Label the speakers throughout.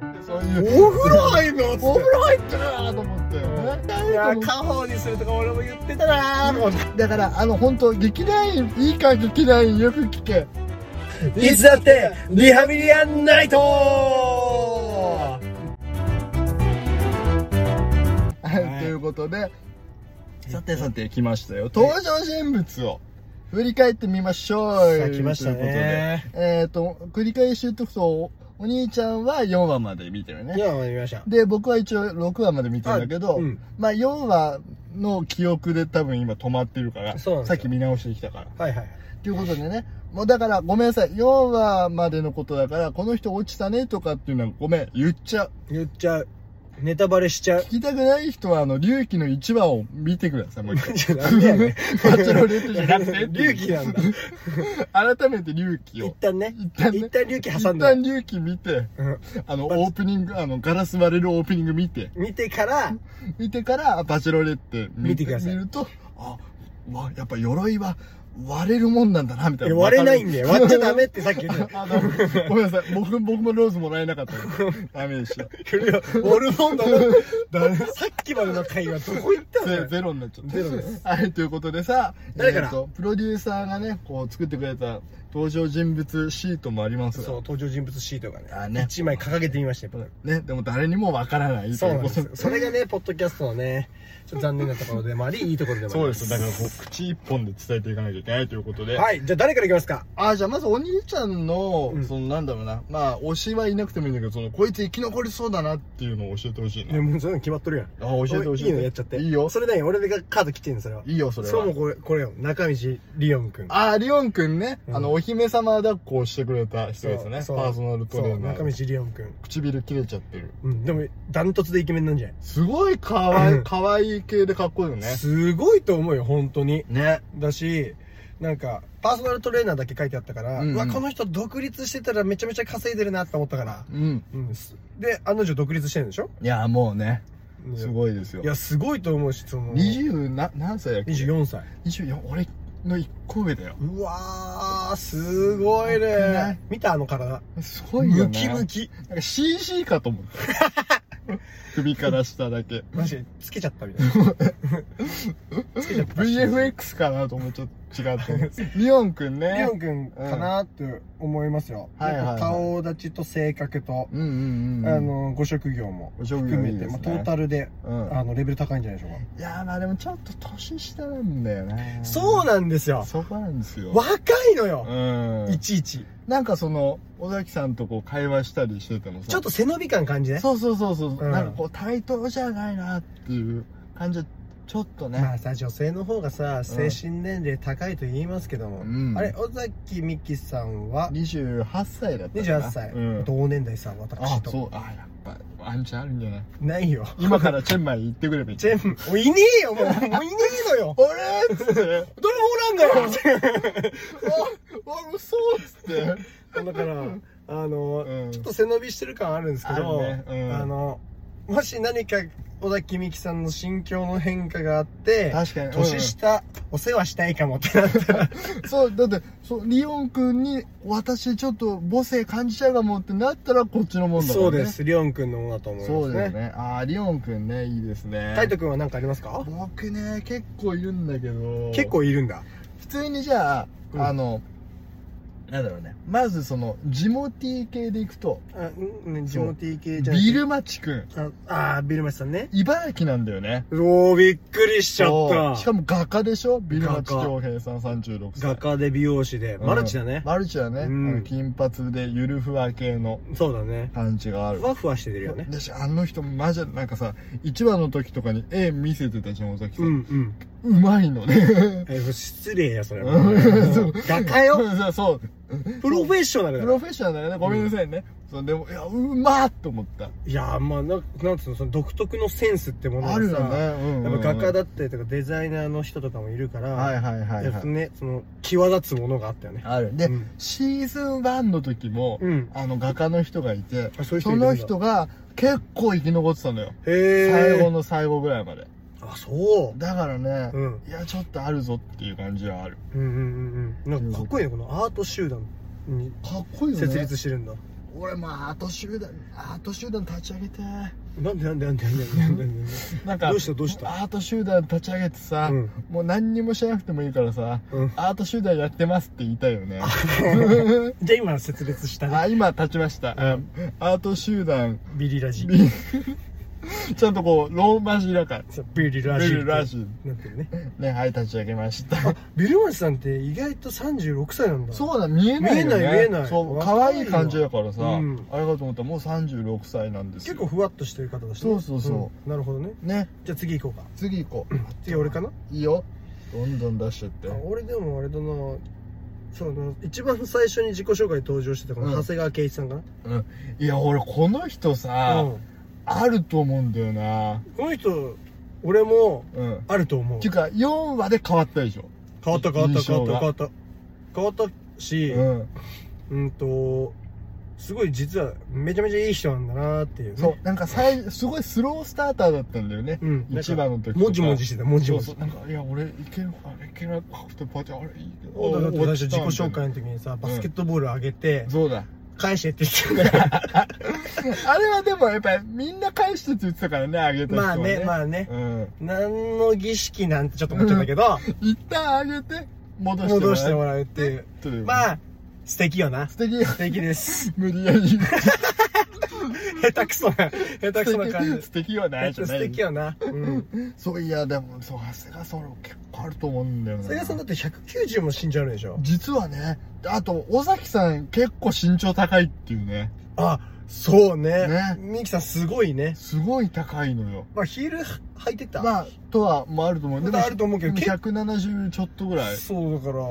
Speaker 1: お風呂入んのっつ
Speaker 2: お風
Speaker 1: っ
Speaker 2: 呂入ったなと思ったよね
Speaker 1: ていや家宝にするとか俺も言ってたなと思って
Speaker 2: だからあの本当劇団員いいか劇団員よく聞け
Speaker 1: いつだってリハビリアンナイト
Speaker 2: はい、
Speaker 1: はい
Speaker 2: ということでさてさて来ましたよ登
Speaker 1: 登
Speaker 2: 場人物を振り返ってみましょう
Speaker 1: さあ来ました
Speaker 2: ということで
Speaker 1: ね
Speaker 2: えっ、と繰り返し言っとくとおお兄ちゃんは4話まで見てるね
Speaker 1: 今まで見ました
Speaker 2: で僕は一応6話まで見てるんだけど、
Speaker 1: あうん
Speaker 2: まあ4話の記憶で多分今止まってるから
Speaker 1: そうなんです
Speaker 2: さ
Speaker 1: よ
Speaker 2: っき見直してきたから
Speaker 1: はいはい
Speaker 2: ということでねもうだからごめんなさい4話までのことだからこの人落ちたねとかっていうのはごめん言っちゃう
Speaker 1: 言っちゃうネタバレしちゃう
Speaker 2: 聞きたくない人はあの隆起の1話を見てくださいもう一回
Speaker 1: なんでやねん
Speaker 2: バチェロレットじゃなくて
Speaker 1: 隆 起なんだ
Speaker 2: 改めて隆起
Speaker 1: 一
Speaker 2: を
Speaker 1: 旦ね
Speaker 2: 一旦ね
Speaker 1: 一旦隆起
Speaker 2: 一
Speaker 1: 挟んだ
Speaker 2: 旦隆起見て
Speaker 1: うん
Speaker 2: あの
Speaker 1: バチ
Speaker 2: オープニングあのガラス割れるオープニング見て
Speaker 1: 見てから
Speaker 2: 見てからバチェロレッテ
Speaker 1: 見てください
Speaker 2: 見るとあわやっぱ鎧は割れるもんなんだなみたい
Speaker 1: いや
Speaker 2: な
Speaker 1: 割れない んだよ割っちゃダメってさっき言ってた
Speaker 2: あのごめんなさい僕僕もローズもらえなかったのダメでした
Speaker 1: 来るよ俺もんだろ
Speaker 2: ダメ
Speaker 1: さっきまでの会話どこ行った
Speaker 2: ゼ
Speaker 1: の
Speaker 2: ゼロになっちゃった
Speaker 1: ゼロです
Speaker 2: はいということでさ
Speaker 1: 誰から
Speaker 2: えーとプロデューサーがねこう作ってくれた登場人物シートもあります
Speaker 1: そう
Speaker 2: が
Speaker 1: 登場人物シートがね
Speaker 2: あね
Speaker 1: 一枚掲げてみましたよ
Speaker 2: ねでも誰にもわからない
Speaker 1: そうなんです
Speaker 2: とい
Speaker 1: よそれがねポッドキャストのねちょっと残念なところでもありいいところでもあり
Speaker 2: そうですだからこう口一本で伝えていかなきゃいけないということで、
Speaker 1: はいじゃあ誰からいきますか
Speaker 2: あじゃあまずお兄ちゃんの、
Speaker 1: うん
Speaker 2: そのなんだろうなまあ推しはいなくてもいいんだけどそのこいつ生き残りそうだなっていうのを教えてほしいな、
Speaker 1: ねもうそういうの決まっとるやん
Speaker 2: あ教えてほしい
Speaker 1: いいのやっちゃって
Speaker 2: いいよ
Speaker 1: それね俺がカード切ってんのそれはい
Speaker 2: いよそれは
Speaker 1: そうもうこれこれよ中道リオン君
Speaker 2: ああリオンくんね、
Speaker 1: うん
Speaker 2: あのお姫様抱っこをしてくれた人ですね
Speaker 1: そう
Speaker 2: パーソナルトレーナ
Speaker 1: そう中
Speaker 2: ー
Speaker 1: 道リオン君
Speaker 2: 唇切れちゃってる
Speaker 1: うんでもダントツでイケメンなんじゃない
Speaker 2: すごいかわいい、
Speaker 1: うん
Speaker 2: かわいい系でかっこいいよね。
Speaker 1: すごいと思うよ本当に
Speaker 2: ね。
Speaker 1: だしなんかパーソナルトレーナーだけ書いてあったから、
Speaker 2: うん
Speaker 1: う
Speaker 2: うん
Speaker 1: わこの人独立してたらめちゃめちゃ稼いでるなって思ったから、
Speaker 2: うん。
Speaker 1: うん、で案の定独立してるんでしょ
Speaker 2: いや、もうね、す
Speaker 1: い
Speaker 2: ごいですよ
Speaker 1: い。やすごいと思うしその
Speaker 2: 二十な、何歳だっけ
Speaker 1: 24歳
Speaker 2: 24、俺の一個上だよ。
Speaker 1: うわーすご
Speaker 2: ね
Speaker 1: いね見たあの体
Speaker 2: すごいよ
Speaker 1: ムキ
Speaker 2: ね。
Speaker 1: ムキ
Speaker 2: なんか CG かと思った。 首から下だけ。
Speaker 1: マジでつけちゃったみたいなつけちゃった
Speaker 2: VFX かなと思っちょっと違って。 リオンくん
Speaker 1: リ
Speaker 2: ね
Speaker 1: オ。ン君かなって思いますよ、
Speaker 2: はいはいはい
Speaker 1: やっぱ顔立ちと性格と、
Speaker 2: うんうんうん。
Speaker 1: あ、のご職業も
Speaker 2: お職
Speaker 1: 含
Speaker 2: 業い
Speaker 1: め
Speaker 2: い
Speaker 1: て
Speaker 2: です
Speaker 1: まあ、
Speaker 2: ね
Speaker 1: トータルで
Speaker 2: うん。
Speaker 1: あのレベル高いんじゃないでしょうか、
Speaker 2: いやーまあでもちょっと年下なんだよね。
Speaker 1: そうなんですよ
Speaker 2: そこなんですよ。
Speaker 1: 若いのよ、
Speaker 2: うん。
Speaker 1: いちいち
Speaker 2: なんかその、尾崎さんとこう会話したりしててもさ、
Speaker 1: ちょっと背伸び感感じね
Speaker 2: そうそうそうそう、
Speaker 1: ん
Speaker 2: なんかこう対等じゃないなっていう感じはちょっとね、
Speaker 1: まあさ女性の方がさ精神年齢高いと言いますけども、
Speaker 2: うん
Speaker 1: あれ尾崎美紀さんは
Speaker 2: 28歳だったかな
Speaker 1: 28歳、
Speaker 2: うん、
Speaker 1: 同年代さ私
Speaker 2: あ
Speaker 1: と
Speaker 2: そうあやっぱワンチャンあるん じゃない
Speaker 1: ないよ
Speaker 2: 今からチェンマイ行ってくればいい
Speaker 1: 全部もういねえよもうもういねえ のよ
Speaker 2: あれっつって
Speaker 1: 誰もおらんだよ
Speaker 2: ああ嘘っつって
Speaker 1: だからあの、
Speaker 2: うん
Speaker 1: ちょっと背伸びしてる感あるんですけど、
Speaker 2: あるねうん
Speaker 1: あのもし何か尾崎美紀さんの心境の変化があって
Speaker 2: 確かに
Speaker 1: 年下、お世話したいかもってなったら
Speaker 2: うん そうだってそうリオン君に私ちょっと母性感じちゃうかもってなったらこっちのもんだから、ね、
Speaker 1: リオン君のものだと思
Speaker 2: そうですねああリオン君ねいいですね
Speaker 1: タイト君は何かありますか
Speaker 2: 僕ね結構いるんだけど
Speaker 1: 結構いるんだ
Speaker 2: 普通にじゃあ、
Speaker 1: うん
Speaker 2: あのなんだろうねまずそのジモティー系でいくと
Speaker 1: あんんジモティー系じゃなく
Speaker 2: ビ
Speaker 1: て
Speaker 2: ルマチ君
Speaker 1: ああービルマチさんね
Speaker 2: 茨城なんだよね
Speaker 1: おおびっくりしちゃ
Speaker 2: そう
Speaker 1: っ
Speaker 2: したかも画家でしょビルマチ
Speaker 1: 画家
Speaker 2: 恭平さん36歳
Speaker 1: 画家で美容師で
Speaker 2: うん
Speaker 1: マルチだね、
Speaker 2: マルチだね、
Speaker 1: うん
Speaker 2: あの金髪でゆるふわ系の
Speaker 1: そうだね
Speaker 2: 感じがある
Speaker 1: ふわふわしてるよね
Speaker 2: だしあの人マジでなんかさ1話の時とかに絵見せてたじゃん尾崎さ
Speaker 1: う
Speaker 2: ん、
Speaker 1: んうん
Speaker 2: うまいのね
Speaker 1: え失礼やそれ
Speaker 2: うん
Speaker 1: 画家よ
Speaker 2: そう
Speaker 1: プロフェッショナルだ
Speaker 2: プロ
Speaker 1: から
Speaker 2: フェッショナルだよねごめんなさいね、そうでもいやうまーっと思った
Speaker 1: いやまあななんつうのその独特のセンスってものがさ
Speaker 2: あるよね、うんうん
Speaker 1: やっぱ画家だったりとかデザイナーの人とかもいるから、
Speaker 2: はいはいはい、
Speaker 1: や
Speaker 2: は
Speaker 1: っ
Speaker 2: い
Speaker 1: ぱねその際立つものがあったよね
Speaker 2: あるで、
Speaker 1: うん
Speaker 2: シーズン1の時も、
Speaker 1: うん
Speaker 2: あの画家の人がいて
Speaker 1: あそういう人い
Speaker 2: そ
Speaker 1: るんだ
Speaker 2: の人が結構生き残ってたのよ、
Speaker 1: へえ
Speaker 2: 最後の最後ぐらいまで
Speaker 1: あそ
Speaker 2: だからね、
Speaker 1: ううん
Speaker 2: いやちょっとあるぞっていう感じはある
Speaker 1: うんうんうんうんなんかかっこいいねこのアート集団に
Speaker 2: かっこいいよね
Speaker 1: 設立してるんだ
Speaker 2: 俺もアート集団アート集団立ち上げて
Speaker 1: なんでなんでなんでなんでなんでなんでなんで
Speaker 2: なんか
Speaker 1: どうしたどうした
Speaker 2: アート集団立ち上げてさ、
Speaker 1: うん
Speaker 2: もう何にもしなくてもいいからさ、
Speaker 1: うん
Speaker 2: アート集団やってますって言いたいよね
Speaker 1: じゃあ今設立したね
Speaker 2: あ今立ちました、うんアート集団
Speaker 1: ビリラジ
Speaker 2: ちゃんとこうローマ字だから
Speaker 1: そうビリラジ
Speaker 2: ビリラジ
Speaker 1: なってるね
Speaker 2: ねはい立ち上げました
Speaker 1: あビルマンさんって意外と36歳なん だ
Speaker 2: そうだ見えないよ、ね、
Speaker 1: 見えない見えない
Speaker 2: そう
Speaker 1: 若いよ
Speaker 2: 可愛い感じだからさ、
Speaker 1: うん
Speaker 2: あれかと思ったらもう36歳なんです
Speaker 1: 結
Speaker 2: よ
Speaker 1: 構ふわっとしてる方だしね
Speaker 2: そうそうそ
Speaker 1: うんなるほどね
Speaker 2: ね
Speaker 1: じゃあ次行こうか
Speaker 2: 次行こう
Speaker 1: 次俺かない
Speaker 2: いよどんどん出してって
Speaker 1: あ俺でもあれだなそうだな一番最初に自己紹介登場してたから、
Speaker 2: うん
Speaker 1: 長谷川圭一さんかな、
Speaker 2: いや俺この人さ、
Speaker 1: うん
Speaker 2: あると思うんだよな
Speaker 1: この人俺も
Speaker 2: うん
Speaker 1: あると思う
Speaker 2: っていうか4話で変わったでしょ
Speaker 1: 変わった変わった
Speaker 2: 印
Speaker 1: 変
Speaker 2: 象
Speaker 1: わった
Speaker 2: が
Speaker 1: 変わった変わったし、うん、
Speaker 2: ん
Speaker 1: とすごい実はめちゃめちゃいい人なんだなっていうね、
Speaker 2: そうなんかさいすごいスロースターターだったんだよね
Speaker 1: うんなんか
Speaker 2: 一番の時とか
Speaker 1: もじもじしてたもじも
Speaker 2: そ
Speaker 1: じ
Speaker 2: うそうなんかいや俺いけるあれいけなくてパチャあれいいけど
Speaker 1: だって最初自己
Speaker 2: 終わった
Speaker 1: 紹
Speaker 2: みたい
Speaker 1: 介の時にさバスケットボール上げて
Speaker 2: な、そうだ
Speaker 1: 返してって言ってたから
Speaker 2: あれはでもやっぱりみんな返してって言ってたからねあげた人
Speaker 1: ま
Speaker 2: は
Speaker 1: あねま
Speaker 2: あ
Speaker 1: あね、
Speaker 2: うん
Speaker 1: 何の儀式なんてちょっと思っちゃったけど、
Speaker 2: 一旦あげて戻して
Speaker 1: 戻して
Speaker 2: も
Speaker 1: も
Speaker 2: ら
Speaker 1: らうっていう
Speaker 2: うという
Speaker 1: ま
Speaker 2: あ
Speaker 1: あ素敵よな
Speaker 2: 素敵よ
Speaker 1: 素敵です
Speaker 2: 無理や り
Speaker 1: 下手くそな下手くそな感じです
Speaker 2: 素敵はないじゃな
Speaker 1: 素
Speaker 2: い
Speaker 1: 敵よなうん
Speaker 2: そういやでもそう長谷川さん俺結構あると思うんだよ
Speaker 1: それ
Speaker 2: ね
Speaker 1: がさんだって190も身長あるでしょ
Speaker 2: 実はねあと尾崎さん結構身長高いっていうね
Speaker 1: あそうね
Speaker 2: ね
Speaker 1: ミキさんすごいね
Speaker 2: すごい高いのよ
Speaker 1: まあヒール履いてた
Speaker 2: まあとはもあると思う
Speaker 1: まだあると思うけど結
Speaker 2: 170ちょっとぐらい
Speaker 1: そうだから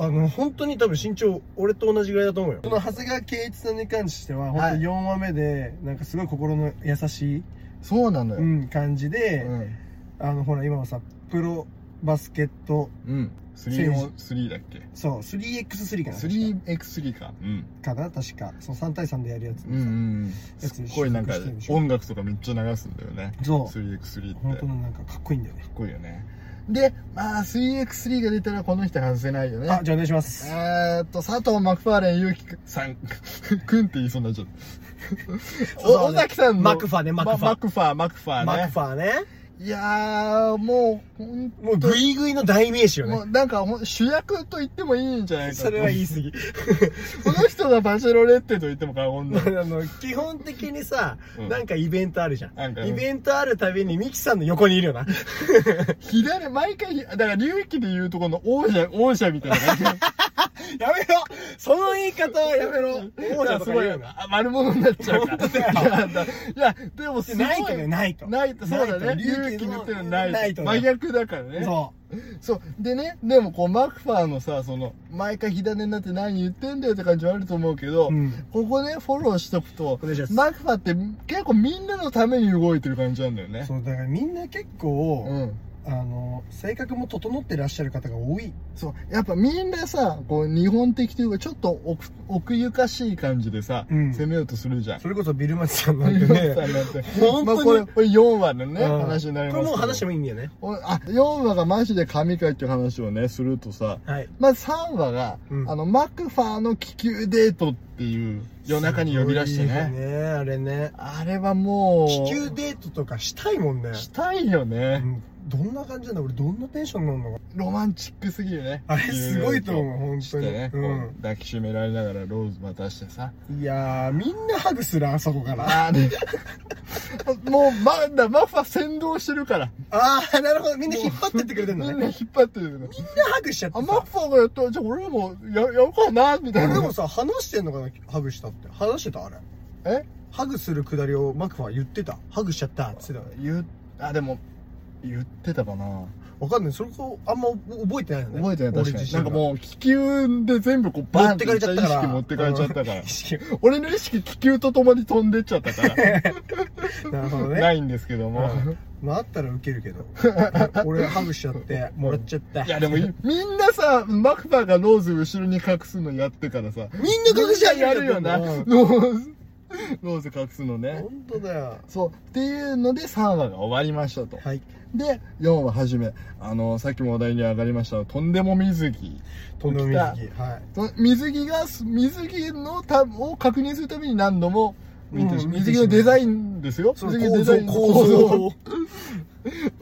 Speaker 1: あの本当に多分身長俺と同じぐらいだと思うよこの長谷川圭一さんに関しては本当
Speaker 2: はい
Speaker 1: 4話目でなんかすごい心の優しい、
Speaker 2: そうなの
Speaker 1: う
Speaker 2: よ
Speaker 1: ん、感じで、
Speaker 2: うん
Speaker 1: あのほら今もさプロバスケット
Speaker 2: うん3を3だっけ
Speaker 1: そう 3x3 かな
Speaker 2: 3x3 かうん
Speaker 1: かな確かそう3対3でやるやつ、
Speaker 2: うんうんうんすっごいなんか音楽とかめっちゃ流すんだよね
Speaker 1: そう
Speaker 2: 3x3 って
Speaker 1: 本当
Speaker 2: かっ
Speaker 1: のなんかかっこいいんだよね
Speaker 2: こいいよねでまあ 3x3 が出たらこの人外せないよね
Speaker 1: あじゃあお願いします
Speaker 2: えーっと、佐藤マクファーレンゆうきくんさ ん、くんって言いそうになっちゃった。
Speaker 1: そう
Speaker 2: お
Speaker 1: ね
Speaker 2: 尾崎さんの。
Speaker 1: マクファーねマクファー
Speaker 2: まマクファー、マクファーね。
Speaker 1: マクファーね
Speaker 2: いやー、もう、ほん
Speaker 1: もうグイグイの代名詞よ
Speaker 2: も
Speaker 1: ね
Speaker 2: うなんかほん主役と言ってもいいんじゃないかと
Speaker 1: それは言い過ぎ
Speaker 2: この人がバチェロレッテと言っても過言だ
Speaker 1: あ。の基本的にさ、
Speaker 2: うん
Speaker 1: なんかイベントあるじゃ
Speaker 2: なん
Speaker 1: ん
Speaker 2: かうん
Speaker 1: イベントあるたびにミキさんの横にいるよ な
Speaker 2: 左、毎回ひ、だから、龍騎で言うとこの王者、王者みたいな感 じ。
Speaker 1: やめろその言い方はやめろ王者と
Speaker 2: す
Speaker 1: か
Speaker 2: ご
Speaker 1: 言う
Speaker 2: い
Speaker 1: よな、
Speaker 2: あ丸物になっちゃうから。
Speaker 1: 本当だよ
Speaker 2: いや、いやでもすごい。
Speaker 1: ないとねないと
Speaker 2: ないと、そうだね。
Speaker 1: ないと
Speaker 2: 勇気のってのは
Speaker 1: な
Speaker 2: ないい
Speaker 1: と
Speaker 2: と。
Speaker 1: ね
Speaker 2: 真逆だからね。
Speaker 1: そ
Speaker 2: そう。でね、でもこう、マクファーのさ、その、毎回火種になって何言ってんだよって感じはあると思うけど、
Speaker 1: う、うん、
Speaker 2: ここね、フォローしとくと
Speaker 1: お願いしま、す
Speaker 2: マクファーって結構みんなのために動いてる感じなんだよね。
Speaker 1: そうだからみんな結構、
Speaker 2: うん。
Speaker 1: あの性格も整ってらっしゃる方が多い
Speaker 2: そう。やっぱみんなさ、こう、日本的というか、ちょっと奥奥ゆかしい感じでさ、
Speaker 1: うん
Speaker 2: 攻めようとするじゃん。
Speaker 1: それこそビルマンさんなんてね
Speaker 2: さんなんて
Speaker 1: 本
Speaker 2: まあ、
Speaker 1: 当
Speaker 2: これ、
Speaker 1: に、
Speaker 2: これ4話のね、
Speaker 1: うん
Speaker 2: 話になりますけど
Speaker 1: これもう話してもいいんだよね
Speaker 2: おあ、4話がマジで神回っていう話をね、するとさ、
Speaker 1: はい
Speaker 2: まず3話が、
Speaker 1: うん
Speaker 2: あの、マクファーの気球デートっていう、夜中に呼び出して
Speaker 1: すごい
Speaker 2: ね。
Speaker 1: ねあれね
Speaker 2: あれはもう、
Speaker 1: 気球デートとかしたいもんね、
Speaker 2: したいよ
Speaker 1: う
Speaker 2: ね。
Speaker 1: ん、どんな感じなんだ俺どんなテンションなのか
Speaker 2: ロマンチックすぎるね。
Speaker 1: あれすごいと思う本
Speaker 2: し
Speaker 1: 当
Speaker 2: て
Speaker 1: に、
Speaker 2: ね、こう
Speaker 1: う
Speaker 2: 抱きしめられながらローズ渡してさ。
Speaker 1: ん、いやーみんなハグするあそこからあ
Speaker 2: あれ、もう、まだマクファー先導してるから。
Speaker 1: あーなるほどみんな引っ張ってってくれてん
Speaker 2: み
Speaker 1: だ
Speaker 2: ん
Speaker 1: ねみん
Speaker 2: な
Speaker 1: な
Speaker 2: 引っ張ってるから。
Speaker 1: ハグしちゃって
Speaker 2: あ、
Speaker 1: さ
Speaker 2: マクファーがやったら、じゃあ俺もややろうかな、みたい
Speaker 1: 俺
Speaker 2: な。
Speaker 1: でもさ話してんのかなハグしたって話してたあれ
Speaker 2: え
Speaker 1: ハグするくだりをマクファー言ってたハグしちゃったっつってた
Speaker 2: 言うあでも言ってたかな
Speaker 1: わかんないそれこあんま覚えてないよね
Speaker 2: 覚えてない確かになんか
Speaker 1: う
Speaker 2: もう気球で全全部こうバン
Speaker 1: 持ってかれちゃったから
Speaker 2: 意識持ってかれちゃったから
Speaker 1: 意識を
Speaker 2: 俺の意識気球と共に飛んでっちゃった から
Speaker 1: なるほど
Speaker 2: な
Speaker 1: ね
Speaker 2: いんですけども、
Speaker 1: うんまああったらウケる けど俺ハグしちゃってもらっちゃった
Speaker 2: い やでもみんなさマクファーがローズ後ろに隠すのやってからさ
Speaker 1: みんな隠し
Speaker 2: ゃ
Speaker 1: 味
Speaker 2: やるよな
Speaker 1: うん
Speaker 2: もうローズ隠すのね
Speaker 1: 本当だよ。
Speaker 2: そうっていうので3話が終わりましたと
Speaker 1: はい。
Speaker 2: で4話はじめあのさっきも話題に上がりましたとんでも水着
Speaker 1: とんでも
Speaker 2: 来た
Speaker 1: 水着。はい。
Speaker 2: と水着が水着のたを確認するために何度も見てし
Speaker 1: うん
Speaker 2: 水着のデザインですよ
Speaker 1: その
Speaker 2: 水着のデザイン
Speaker 1: 構造
Speaker 2: 構
Speaker 1: を
Speaker 2: 造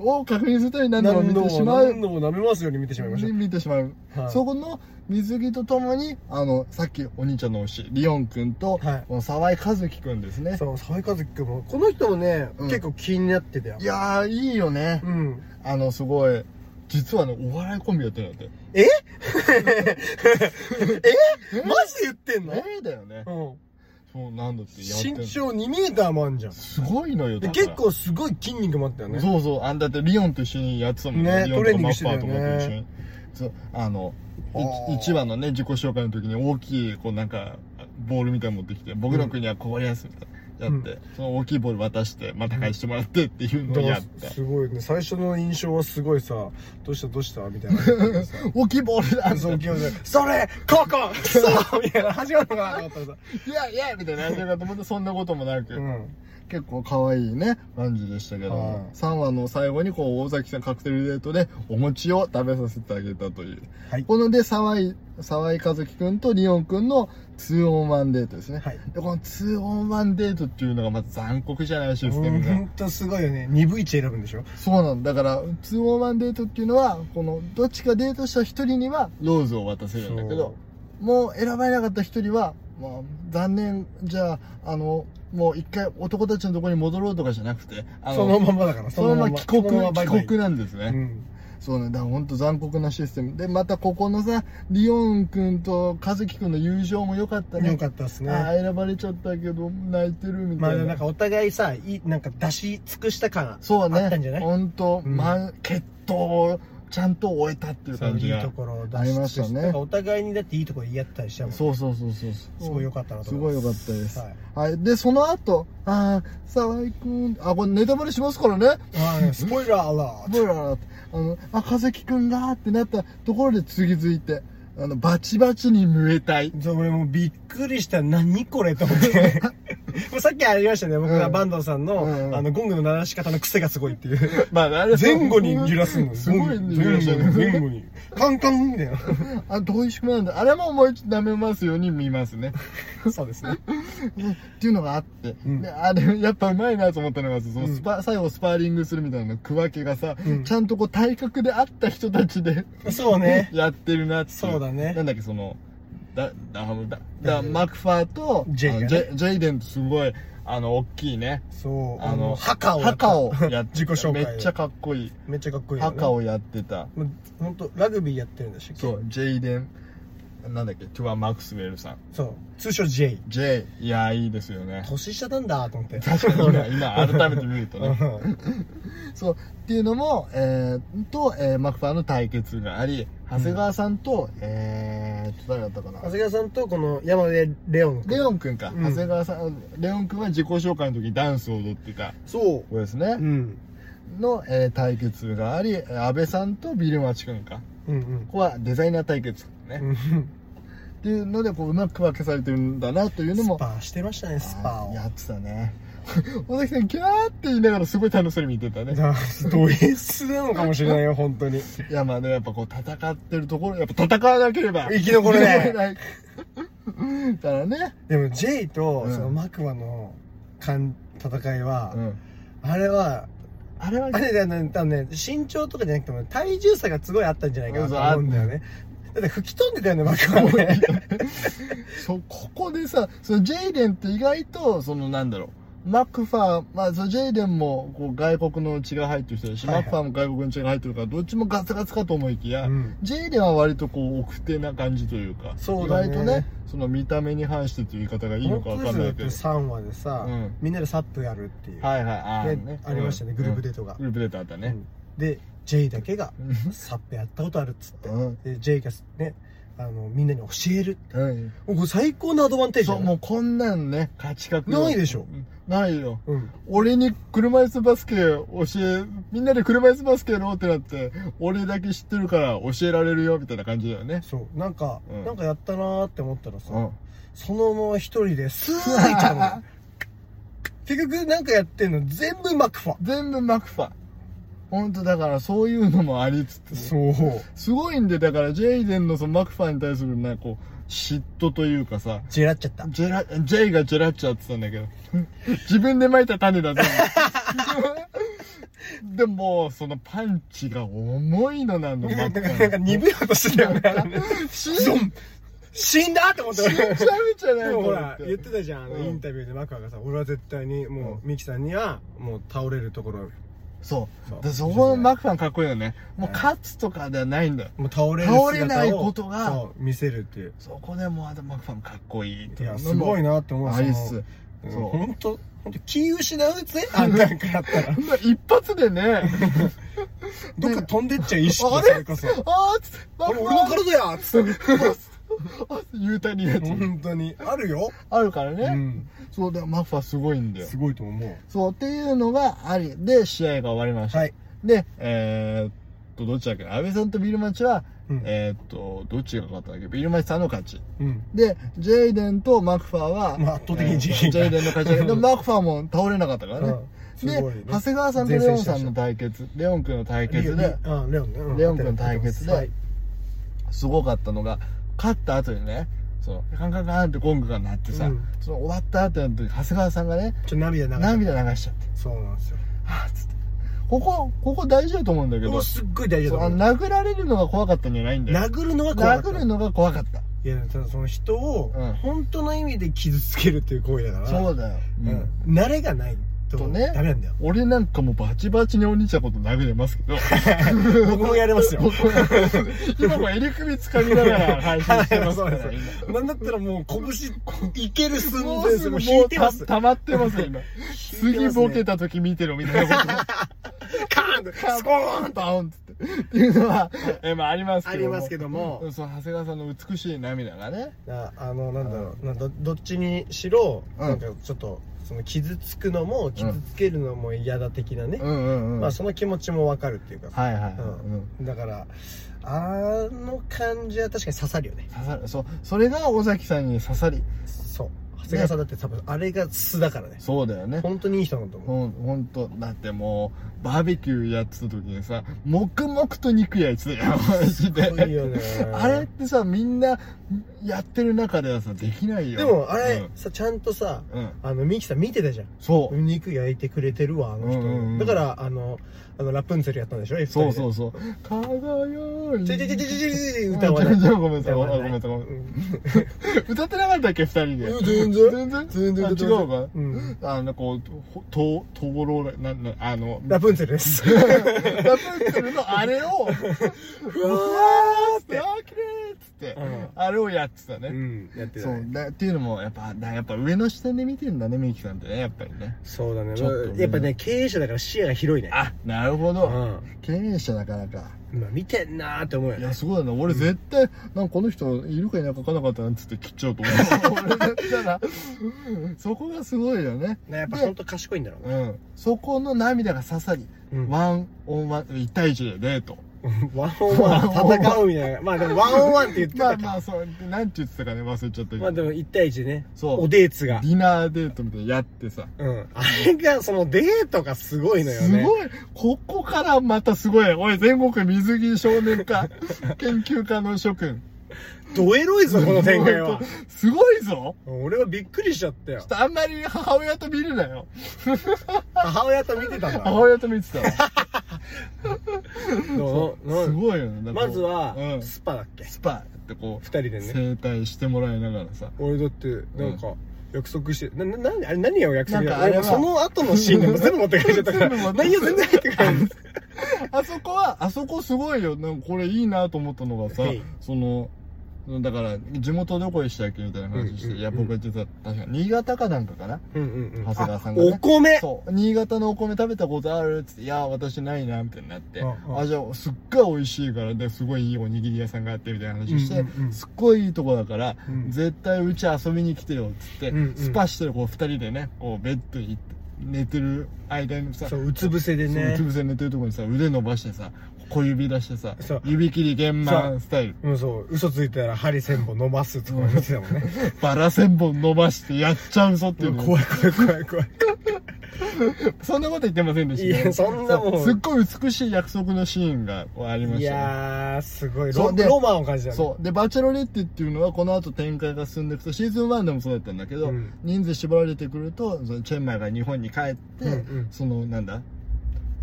Speaker 2: を確認するために何度も
Speaker 1: 何
Speaker 2: 見
Speaker 1: 度
Speaker 2: て
Speaker 1: も
Speaker 2: しまう
Speaker 1: 何度も舐めますように見てしまいまし
Speaker 2: で見てしまう
Speaker 1: た。はい
Speaker 2: そこの水着とともにあのさっきお兄ちゃんの推しリオン君と、
Speaker 1: はい
Speaker 2: この沢井和樹君ですね
Speaker 1: そう、沢井和樹君も、この人もね、
Speaker 2: うん
Speaker 1: 結構気になってたよ
Speaker 2: い。やーいいよね
Speaker 1: う、ん。
Speaker 2: あのすごい実はねお笑いコンビやってるんだって
Speaker 1: マジで言ってんの
Speaker 2: ええだよね
Speaker 1: うん。
Speaker 2: そうなんだってやってんの
Speaker 1: 身長2メーターもあんじゃん。
Speaker 2: すごいのよ
Speaker 1: で、
Speaker 2: だから
Speaker 1: 結構すごい筋肉もあったよね。
Speaker 2: そうそうあんだってリオンと一緒にやってたもん
Speaker 1: ね
Speaker 2: リオン
Speaker 1: トレ
Speaker 2: と
Speaker 1: ーニン
Speaker 2: マ
Speaker 1: グ
Speaker 2: ッ
Speaker 1: して
Speaker 2: パ
Speaker 1: た
Speaker 2: ー
Speaker 1: よ
Speaker 2: と
Speaker 1: ね
Speaker 2: かと一緒にそうあの
Speaker 1: あー
Speaker 2: 1話のね自己紹介の時に大きいこうなんかボールみたいなの持ってきて僕の国はこうやすみたいなやって、その大きいボール渡してまた返してもらってっていうの
Speaker 1: だ
Speaker 2: を
Speaker 1: か
Speaker 2: やっ
Speaker 1: ら
Speaker 2: て、
Speaker 1: すごいね。最初の印象はすごいさ、どうしたどうしたみたい な。
Speaker 2: 大きいボールだ
Speaker 1: そう、勢いで、それ、ここ、クソみたいな、始まるのかなと思ったらさ。
Speaker 2: いやいやみたいなやってるかと思ってそんなこともなく、
Speaker 1: うん。
Speaker 2: 結構可愛いね感じでしたけど
Speaker 1: はい
Speaker 2: も3話の最後にこう大崎さんカクテルデートでお餅を食べさせてあげたという、
Speaker 1: はい
Speaker 2: こので沢井沢井和樹くんとリオンくんの 2on1 デートですね、
Speaker 1: はい。
Speaker 2: でこの 2on1 デートっていうのがまた残酷じゃないシステム
Speaker 1: ほ
Speaker 2: が
Speaker 1: んとすごいよね。鈍い位置選ぶんでしょ
Speaker 2: そうなんだから 2on1 デートっていうのはこのどっちかデートした1人にはローズを渡せるんだけどもう選ばれなかった一人は、まあ、残念、じゃあ、あの、もう一回男たちのところに戻ろうとかじゃなくて、あ
Speaker 1: そのままだから、
Speaker 2: そのまま帰国、
Speaker 1: そのままバイバイ
Speaker 2: 帰国なんですね。
Speaker 1: うん。
Speaker 2: そうね、だから本当残酷なシステム。で、またここのさ、リオン君と和樹君の友情も良かったね。
Speaker 1: よかったですね。
Speaker 2: ああ、選ばれちゃったけど、泣いてるみ
Speaker 1: ま
Speaker 2: た
Speaker 1: あ
Speaker 2: いな。
Speaker 1: なんかお互いさ、いいなんか出し尽くした感
Speaker 2: そうね、
Speaker 1: あったんじゃない
Speaker 2: 本当、
Speaker 1: うん
Speaker 2: ま、決闘をちゃんと終えたっていう
Speaker 1: そう
Speaker 2: 感じ
Speaker 1: いい
Speaker 2: が。
Speaker 1: ところを出
Speaker 2: あり
Speaker 1: し
Speaker 2: ま
Speaker 1: 尽
Speaker 2: し
Speaker 1: く
Speaker 2: た
Speaker 1: し
Speaker 2: ね
Speaker 1: なんかお互いにだっていいところ言い合ったりしたもん。
Speaker 2: そうそうそうそう。す
Speaker 1: すごい良かったなと
Speaker 2: す
Speaker 1: 思
Speaker 2: ご
Speaker 1: い
Speaker 2: い
Speaker 1: ま
Speaker 2: 良かったです。
Speaker 1: はい
Speaker 2: はい。で、その後、ああ、沢井くん、あ、これネタバレしますからね。
Speaker 1: はい、スポイラーアラート
Speaker 2: ブラーってあの、あ、和樹くんがーってなったところで次づいて、あの、バチバチにムエタイ。
Speaker 1: そう俺もうびっくりした何これと思って もうさっきありましたね僕
Speaker 2: う
Speaker 1: が
Speaker 2: ん
Speaker 1: 坂東さんの,、
Speaker 2: うん
Speaker 1: あのゴングの鳴らし方の癖がすごいっていう
Speaker 2: まあ、あれ
Speaker 1: 前後に揺らす の
Speaker 2: すごいね
Speaker 1: 前後
Speaker 2: 揺ら
Speaker 1: に
Speaker 2: すよね
Speaker 1: 前後に カンカンみたい
Speaker 2: あ、どういう仕組みなんだ。あれももう一度舐めますように見ますね。
Speaker 1: なそうですね
Speaker 2: っていうのがあって、
Speaker 1: うん
Speaker 2: であれやっぱうまいなと思ったのがそのスパ、最後スパーリングするみたいなの区分けがさ、
Speaker 1: うん
Speaker 2: ちゃんとこう体格であった人たちで
Speaker 1: そうね
Speaker 2: やってるなってい
Speaker 1: そうだね
Speaker 2: なんだっけそのだだだだマクファーと
Speaker 1: ジェイ
Speaker 2: あ
Speaker 1: が
Speaker 2: の
Speaker 1: ね
Speaker 2: ジェイジェイデンとすごいあの大きいね
Speaker 1: そう
Speaker 2: あ
Speaker 1: あ
Speaker 2: の
Speaker 1: の墓をやった
Speaker 2: 墓をやって
Speaker 1: 自己紹介
Speaker 2: めっちゃかっこいい
Speaker 1: めっちゃかっこいいよね
Speaker 2: 墓をやってた
Speaker 1: もうほんとラグビーやってるんでしたっけ
Speaker 2: そうジェイデンなんだっけトゥア・マクスウェルさん
Speaker 1: そう通称 J
Speaker 2: ジェイいやいいですよね
Speaker 1: 年下なんだと思って
Speaker 2: 確かに 今 今改めて見るとね
Speaker 1: うん
Speaker 2: そうっていうのも、えー、と、えーマクファーの対決があり長谷川さんと、えーと誰だったかな
Speaker 1: 長谷川さんとこの山根レオン君
Speaker 2: レオン君か、
Speaker 1: うん
Speaker 2: 長谷川さんレオン君は自己紹介の時にダンスを踊ってた
Speaker 1: そう
Speaker 2: 子です
Speaker 1: う
Speaker 2: ね、
Speaker 1: ん
Speaker 2: の、えー対決がありえー安倍さんとビルマチ君か
Speaker 1: うんうん
Speaker 2: ここはデザイナー対決ね、
Speaker 1: うん
Speaker 2: っていうのでこううまく分けされてるんだなというの
Speaker 1: ス
Speaker 2: も
Speaker 1: パーしてましたねスパ
Speaker 2: あー
Speaker 1: ー
Speaker 2: やってたね 尾崎さんキャーって言いながらすごい楽しそうに見て たね
Speaker 1: をド S なのかもしれないよ本当 に
Speaker 2: いやまあねやっぱこう戦ってるところやっぱ戦わなければ
Speaker 1: 生き残れ ない
Speaker 2: いからね、
Speaker 1: でも J と
Speaker 2: うん
Speaker 1: そのマクマの感戦いは、
Speaker 2: うん、
Speaker 1: あれは
Speaker 2: あれは
Speaker 1: あれだよね多分ね身長とかじゃなくても体重差がすごいあったんじゃないかなと思うんだよねだって吹き飛んでたよねマクマね
Speaker 2: そうここでさそのジェイデンって意外とそのなんだろうマクファー、まあ、そのジェイデンもこう外国の血が入ってる人だし、
Speaker 1: はいはい
Speaker 2: マクファーも外国の血が入ってるからどっちもガツガツかと思いきや、
Speaker 1: うん
Speaker 2: ジェイデンは割とこう奥手な感じというか
Speaker 1: そうだね
Speaker 2: 意外とねその見た目に反してという言い方がいいのかわかんないけど
Speaker 1: 3話でさ、
Speaker 2: うん
Speaker 1: みんなでサップやるっていう、
Speaker 2: はいはいあー
Speaker 1: ねありましたねグループデートが
Speaker 2: うんグループデートあったね、
Speaker 1: うんで J だけが
Speaker 2: う
Speaker 1: サップやったことあるっつって、
Speaker 2: うん
Speaker 1: で J がねあのみんなに教える
Speaker 2: うん
Speaker 1: もうこれ最高のアドバンテージ
Speaker 2: そ
Speaker 1: だ
Speaker 2: う、
Speaker 1: ね
Speaker 2: もうこんなんね、価値観
Speaker 1: ないでしょ。
Speaker 2: ないよ。
Speaker 1: うん
Speaker 2: 俺に車椅子バスケ教え、みんなで車椅子バスケやろうってなって、俺だけ知ってるから教えられるよ、みたいな感じだよね。
Speaker 1: そうなんか、
Speaker 2: うん
Speaker 1: なんかやったなーって思ったらさ、
Speaker 2: うん。
Speaker 1: そのまま一人でスーッいっちゃうの結局なんかやってんの全部マクファ
Speaker 2: 全部マクファ本当だからそういうのもありつつ
Speaker 1: う
Speaker 2: すごいんでだからジェイデンのそのマクファに対するなんかこう嫉妬というかさ
Speaker 1: ジェラっちゃった
Speaker 2: ジェラジェイがジェラっちゃってたんだけど自分で撒いた種 だぞでもそのパンチが重いのなのマ
Speaker 1: なん
Speaker 2: ク
Speaker 1: か
Speaker 2: フ
Speaker 1: なんか
Speaker 2: ァン
Speaker 1: 鈍い音してたよねあのね
Speaker 2: 死んじゃ
Speaker 1: ゾン死んだと思った
Speaker 2: うじゃな
Speaker 1: で
Speaker 2: い
Speaker 1: もほ
Speaker 2: のっ
Speaker 1: ら
Speaker 2: て
Speaker 1: 言ってたじゃんあの
Speaker 2: うん
Speaker 1: インタビューでマクファがさ俺は絶対にもうミキさんにはもう倒れるところ
Speaker 2: そう
Speaker 1: そ
Speaker 2: で
Speaker 1: う
Speaker 2: そこのマクファンかっこいいよねもう
Speaker 1: うん
Speaker 2: 勝つとかではないんだよ
Speaker 1: もう倒れる姿を
Speaker 2: 倒れないことが
Speaker 1: そう見せるっていう
Speaker 2: そこでもうあとマクファンかっこいいって
Speaker 1: い
Speaker 2: の
Speaker 1: うや
Speaker 2: も
Speaker 1: すごいなって思う
Speaker 2: ありっす
Speaker 1: そ
Speaker 2: そう
Speaker 1: のうん本当本当気失うぜあん なんかやったら
Speaker 2: そんな一発でね
Speaker 1: どっか飛んでっちゃう意識
Speaker 2: あ
Speaker 1: が
Speaker 2: れ
Speaker 1: それこそ
Speaker 2: あーっつってマ
Speaker 1: あ
Speaker 2: ク
Speaker 1: れ
Speaker 2: フ
Speaker 1: 俺
Speaker 2: ァ
Speaker 1: の
Speaker 2: ン
Speaker 1: 体やつって
Speaker 2: 言うたにやつ
Speaker 1: 本当にあるよ、
Speaker 2: あるからね、
Speaker 1: うん
Speaker 2: そうだマッファすごいんだよ
Speaker 1: すごいと思う
Speaker 2: そうっていうのがありで試合が終わりました、
Speaker 1: はい、
Speaker 2: でえー、っとどっちだっけ安倍さんとビルマッチは、
Speaker 1: うん
Speaker 2: えー、っとどっちが勝ったんだっけビルマッチさんの勝ち
Speaker 1: うん
Speaker 2: でジェイデンとマクファは、
Speaker 1: まあ圧倒的にジェイデン
Speaker 2: ジェイデンの勝ちだけど
Speaker 1: うん
Speaker 2: マクファも倒れなかったからね、
Speaker 1: うん
Speaker 2: です
Speaker 1: ごいね
Speaker 2: 長谷川さんとレオンさんの対決レオン君の対
Speaker 1: リ
Speaker 2: 決
Speaker 1: オ
Speaker 2: で
Speaker 1: リあレオンね、うん
Speaker 2: レオン君対決で
Speaker 1: はい
Speaker 2: すごかったのが勝った後にねそのカンカンカンってゴングが鳴ってさ、
Speaker 1: うん
Speaker 2: その終わった後の時長谷川さんがね
Speaker 1: ちょっと涙流して
Speaker 2: 涙流しちゃって
Speaker 1: そうなんですよ
Speaker 2: はぁつって ここここ大事だと思うんだけ
Speaker 1: こ
Speaker 2: ど
Speaker 1: こすっごい大事
Speaker 2: そう
Speaker 1: だ
Speaker 2: あ
Speaker 1: と
Speaker 2: の
Speaker 1: 思う
Speaker 2: 殴られるのが怖かったんじゃないんだよ
Speaker 1: 殴るのは怖かった
Speaker 2: 殴るのが怖かった
Speaker 1: いやただその人を
Speaker 2: うん
Speaker 1: 本当の意味で傷つけるっていう行為だから
Speaker 2: そうだよ、
Speaker 1: うん慣れがないと
Speaker 2: と
Speaker 1: ダ
Speaker 2: ね
Speaker 1: メな んだよ
Speaker 2: 俺なんかもうバチバチにお兄ちゃんこと殴れますけど
Speaker 1: 僕もやれますよ
Speaker 2: 僕は今も襟首つかみながら配信してますか
Speaker 1: そ
Speaker 2: ら
Speaker 1: うです
Speaker 2: 今
Speaker 1: なんだったらもう拳いける寸
Speaker 2: も
Speaker 1: 前
Speaker 2: う
Speaker 1: です
Speaker 2: す
Speaker 1: も
Speaker 2: ぐ
Speaker 1: う
Speaker 2: も
Speaker 1: 引いうて
Speaker 2: た
Speaker 1: ます
Speaker 2: 溜まってますよ今
Speaker 1: 引いて
Speaker 2: 次
Speaker 1: ますね
Speaker 2: ボケた時見てろみたいなこと
Speaker 1: カーンとスコーンと
Speaker 2: バーンっつってっていうのは、えまあ、ありますけ
Speaker 1: あ
Speaker 2: ど
Speaker 1: りますけども
Speaker 2: うんそう長谷川さんの美しい涙がね
Speaker 1: ああのなんだろうなどどっちにしろ
Speaker 2: うん
Speaker 1: なんかちょっとその傷つくのも傷つけるのも嫌だ的なね
Speaker 2: うんうんうん、
Speaker 1: まあその気持ちもわかるっていうかさ
Speaker 2: はいはいはい、
Speaker 1: う
Speaker 2: うん
Speaker 1: だからあの感じは確かに刺さるよね
Speaker 2: 刺さるそうそれが尾崎さんに刺さり
Speaker 1: そう長谷川さんだって多分あれが素だからね
Speaker 2: そうだよね
Speaker 1: 本当にいい人なんだと思う
Speaker 2: ほんほんとだってもうバーベキューやってた時にさ黙々と肉焼いてたよマジ
Speaker 1: すごい
Speaker 2: で
Speaker 1: よね
Speaker 2: あれってさみんなやってる中ではさできないよ
Speaker 1: でもあれさちゃんとさ
Speaker 2: うん、うん
Speaker 1: あのミキさん見てたじゃん
Speaker 2: そう
Speaker 1: 肉焼いてくれてるわあの人、
Speaker 2: うんうんうん
Speaker 1: だからあのあのラプンツェルやったんでしょ二人
Speaker 2: そ
Speaker 1: で
Speaker 2: うそうそう「輝い
Speaker 1: ちょいちょいちょいちょいちょいちょい歌
Speaker 2: わ
Speaker 1: わ
Speaker 2: な
Speaker 1: ないい
Speaker 2: ごめんなさい
Speaker 1: 歌
Speaker 2: ご
Speaker 1: わない
Speaker 2: めんなさいごめんなさい
Speaker 1: うん
Speaker 2: 歌ってなかったっけ二人で
Speaker 1: 全然
Speaker 2: 全然
Speaker 1: 全然
Speaker 2: あ違うか
Speaker 1: うん
Speaker 2: あのこうほととぼろななあの
Speaker 1: ラプンツェルです
Speaker 2: ラプンツェルのあれを
Speaker 1: うわーっ
Speaker 2: う
Speaker 1: て
Speaker 2: わー綺麗っつって、
Speaker 1: うん
Speaker 2: あれをやってたね、
Speaker 1: んやってた
Speaker 2: そ
Speaker 1: ね
Speaker 2: うだっていうのもやっぱだやっぱ上の視点で見てんだねみゆきさんってねやっぱりね
Speaker 1: そうだね
Speaker 2: ちょっとね
Speaker 1: やっぱね経営者だから視野が広いね
Speaker 2: あなるほ
Speaker 1: う
Speaker 2: ど、
Speaker 1: ん
Speaker 2: 経営者なかなか
Speaker 1: 今見てんなーって思うよ
Speaker 2: い
Speaker 1: ね
Speaker 2: やすごいな俺絶対、なんかこの人いるかいないか分かんなかったなっつって切っちゃうと思う 俺だったらそこがすごいよね
Speaker 1: ねやっぱ本当賢いんだろうね
Speaker 2: うんそこの涙が刺さり、
Speaker 1: うん
Speaker 2: ワンオンワン1対1でデート
Speaker 1: ワンオンワン戦うみたいな。まあでもワンオンワンって言って
Speaker 2: ま
Speaker 1: た
Speaker 2: あま
Speaker 1: か。
Speaker 2: あそうなんて言ってたかね忘れちゃったけど、
Speaker 1: まあでも1対1でね。
Speaker 2: そう
Speaker 1: おデーツが
Speaker 2: デ。ィナーデートみたいなのやってさ
Speaker 1: うん。あれが、そのデートがすごいのよね。
Speaker 2: すごいここからまたすごいおい全国水着少年科 研究家の諸君
Speaker 1: ドエロいぞ、この展開は。
Speaker 2: すごいぞ
Speaker 1: 俺はびっくりしちゃったよ
Speaker 2: ちょっ。とあんまり母親と見るなよ
Speaker 1: 母親と見てたんだ。
Speaker 2: 母親と見てたわ
Speaker 1: ど う
Speaker 2: すごいよねだから
Speaker 1: まずは
Speaker 2: う、ん、ス
Speaker 1: スパだっけ
Speaker 2: パってこう
Speaker 1: 二人でね。
Speaker 2: 整体してもらいながらさ
Speaker 1: 俺だって、なんか、約束して、な、な、な、あれ何を約束
Speaker 2: なん
Speaker 1: だ
Speaker 2: かあれ
Speaker 1: 俺
Speaker 2: は
Speaker 1: もその後のシーンで も全部持ってかれちゃったか
Speaker 2: 全部持
Speaker 1: ら。
Speaker 2: って
Speaker 1: 内容全然入って こないんです。
Speaker 2: あそこはあそこすごいよなんかこれいいなと思ったのがさ
Speaker 1: はい
Speaker 2: そのだから地元どこでしたっけみたいな話して、
Speaker 1: うんうんうん
Speaker 2: いや僕は実は確か新潟かなんかかな
Speaker 1: うんうんうん。
Speaker 2: 長谷川さんがね
Speaker 1: お米
Speaker 2: そう新潟のお米食べたことあるっつって「いや私ないな」みたいになって「
Speaker 1: うんうん
Speaker 2: あじゃあすっごい美味しいからですごいいいおにぎり屋さんがあって」みたいな話して、
Speaker 1: うんうんうん
Speaker 2: すっごいいいとこだから、
Speaker 1: うん
Speaker 2: 絶対うち遊びに来てよ」っつって、
Speaker 1: うんうん
Speaker 2: スパしてこう二人でねこうベッドに行って寝てる間にさ
Speaker 1: そう、うつ伏せで
Speaker 2: そうう
Speaker 1: ね
Speaker 2: つ。伏せに寝てるとこにさ腕伸ばしてさ小指出してさ
Speaker 1: そう
Speaker 2: 指切り玄満スタイル
Speaker 1: うん、そう。嘘ついたら針千本伸ばすとか見てたもんね。
Speaker 2: バラ千本伸ばしてやっちゃうぞっていうのを
Speaker 1: 怖い怖い怖い怖い。
Speaker 2: そんなこと言ってませんで
Speaker 1: い
Speaker 2: した、
Speaker 1: や、そんなも
Speaker 2: すっ
Speaker 1: ん。
Speaker 2: ごい美しい約束のシーンがありま
Speaker 1: い
Speaker 2: したね、
Speaker 1: やー、すごい。
Speaker 2: そ
Speaker 1: ロ
Speaker 2: うで
Speaker 1: ロマンを感じたね。
Speaker 2: そう。で、バチェロレッテっていうのはこの後展開が進んでいくと、シーズン1でもそうだったんだけど、
Speaker 1: うん
Speaker 2: 人数絞られてくると、そのチェンマイが日本に帰って、
Speaker 1: うんうん
Speaker 2: その、なんだ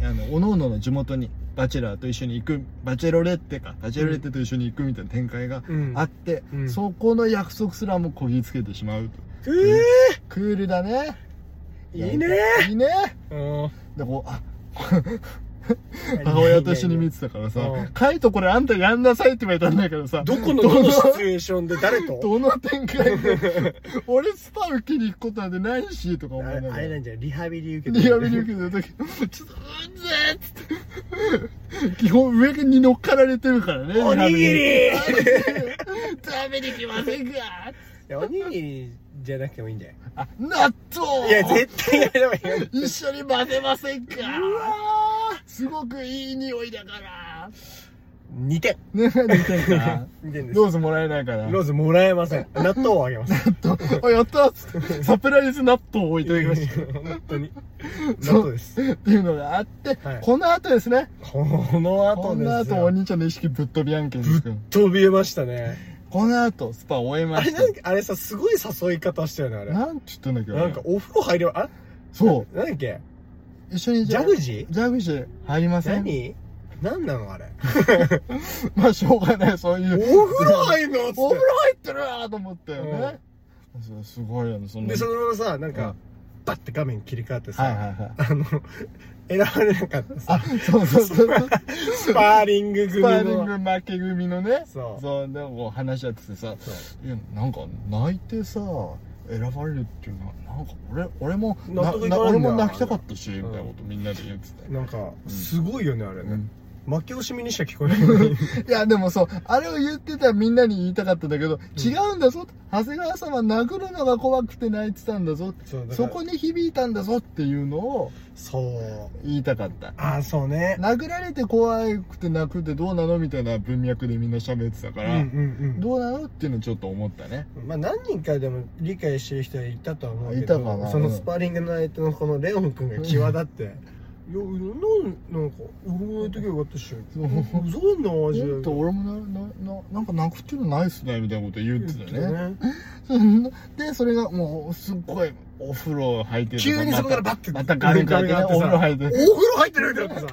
Speaker 2: あの、各々の地元にバチェラーと一緒に行く、バチェロレッテか、バチェロレッテと一緒に行くみたいな展開が
Speaker 1: うん
Speaker 2: あって、
Speaker 1: うん
Speaker 2: そこの約束すらもこぎつけてしまうと。
Speaker 1: う
Speaker 2: クールだね。
Speaker 1: えー、いいね
Speaker 2: いいね。
Speaker 1: うん。
Speaker 2: で、こう、 あ、母親と一緒に見てたからさ
Speaker 1: うん、
Speaker 2: カイトこれあんたやんなさいって言われたんだけどさ、
Speaker 1: どこのどのシチュエーションで誰 と
Speaker 2: どの展開で 俺スパ受けに行くことなんてないしとか思
Speaker 1: あ
Speaker 2: いな
Speaker 1: れ
Speaker 2: が
Speaker 1: あ
Speaker 2: ら
Speaker 1: れなんじゃないリハビリ受けて
Speaker 2: リアルに受けてる時ちょっとうんぜーっつって基本上に乗っかられてるからね
Speaker 1: おにぎり
Speaker 2: リハビリ食べに来ませんか
Speaker 1: いやおにぎりじゃなくてもいいんじゃな
Speaker 2: あ納豆
Speaker 1: いいや絶対やればいいよ
Speaker 2: 一緒に混ぜませんか
Speaker 1: うわ
Speaker 2: すごくいい匂いだから
Speaker 1: 2点
Speaker 2: ね見てんか
Speaker 1: 2点です
Speaker 2: ローズもらえないから
Speaker 1: ローズもらえません納豆をあげます
Speaker 2: あやったーっつってサプライズ納豆を置い
Speaker 1: い
Speaker 2: ておきました
Speaker 1: 本当に納
Speaker 2: そう
Speaker 1: 豆です
Speaker 2: っていうのがあって、
Speaker 1: はい
Speaker 2: この後ですね
Speaker 1: この
Speaker 2: こ
Speaker 1: 後で
Speaker 2: の
Speaker 1: す
Speaker 2: 後
Speaker 1: よ
Speaker 2: お兄ちゃんの意識ぶっ飛び案件ですけど
Speaker 1: 飛びえましたね
Speaker 2: この後スパ終え
Speaker 1: あ
Speaker 2: ま
Speaker 1: れ
Speaker 2: した
Speaker 1: なんかあれさすごい誘い方したよねあれ
Speaker 2: なんて言ったんだっけど
Speaker 1: なんかお風呂入ればあ
Speaker 2: そう
Speaker 1: なんだっけ
Speaker 2: 一緒に
Speaker 1: ジ
Speaker 2: じゃあ
Speaker 1: ャグジー
Speaker 2: ジャグジー入りません
Speaker 1: 何何なのあれ
Speaker 2: まあしょうがないそうい
Speaker 1: お
Speaker 2: う
Speaker 1: 風呂入んのっつって
Speaker 2: お風呂入ってるわーと思ったよね、そうすごいよねそんな
Speaker 1: でそのままさなん
Speaker 2: う
Speaker 1: か
Speaker 2: ん
Speaker 1: バッて画面切り替わって
Speaker 2: はいはい
Speaker 1: さ
Speaker 2: はい
Speaker 1: あの選ばれなかったさ
Speaker 2: あそうそうそう そう
Speaker 1: スパーリング
Speaker 2: ス
Speaker 1: 組
Speaker 2: パーリン
Speaker 1: の
Speaker 2: グ負け組のね
Speaker 1: そう
Speaker 2: でも話し合っててさ
Speaker 1: そう
Speaker 2: いやなんか泣いてさ選ばれるっていうのはなんか俺俺も
Speaker 1: 納得いかないんだよ
Speaker 2: 俺も泣きたかったし、
Speaker 1: ん
Speaker 2: みたいなことみんなで言ってて、
Speaker 1: なんかすごいよねあれ
Speaker 2: う
Speaker 1: ね
Speaker 2: ん
Speaker 1: 負け惜しみにしか聞こえない
Speaker 2: いや、でもそう、あれを言ってたみんなに言いたかったんだけど、違うんだぞ、長谷川さんは殴るのが怖くて泣いてたんだぞ、
Speaker 1: そうだから
Speaker 2: そこに響いたんだぞっていうのを
Speaker 1: そう
Speaker 2: 言いたかった。
Speaker 1: ああそうね
Speaker 2: 殴られて怖くて泣くってどうなのみたいな文脈でみんな喋ってたか
Speaker 1: う
Speaker 2: ら、
Speaker 1: ん
Speaker 2: どうなのっていうのちょっと思ったね。
Speaker 1: うんまあ何人かでも理解してる人はいたとは思うけど
Speaker 2: いたかな
Speaker 1: そのスパーリングの相手のこのレオン君が際立って「いやなんなんか俺も泣いときゃよかったっしょ」
Speaker 2: そう
Speaker 1: ふざけんなマジで
Speaker 2: ちょっと俺もな、な、ななんか泣くっていうのないっすね、みたいなこと言ってた
Speaker 1: 言って
Speaker 2: ね。
Speaker 1: たね
Speaker 2: で、それがもう、すっごい、お風呂入ってる
Speaker 1: 急にそこからバッて
Speaker 2: また画面変えてね、
Speaker 1: 画面変えて
Speaker 2: お
Speaker 1: さ
Speaker 2: 風呂入っ
Speaker 1: お
Speaker 2: て。
Speaker 1: 風呂入ってるみたいなさ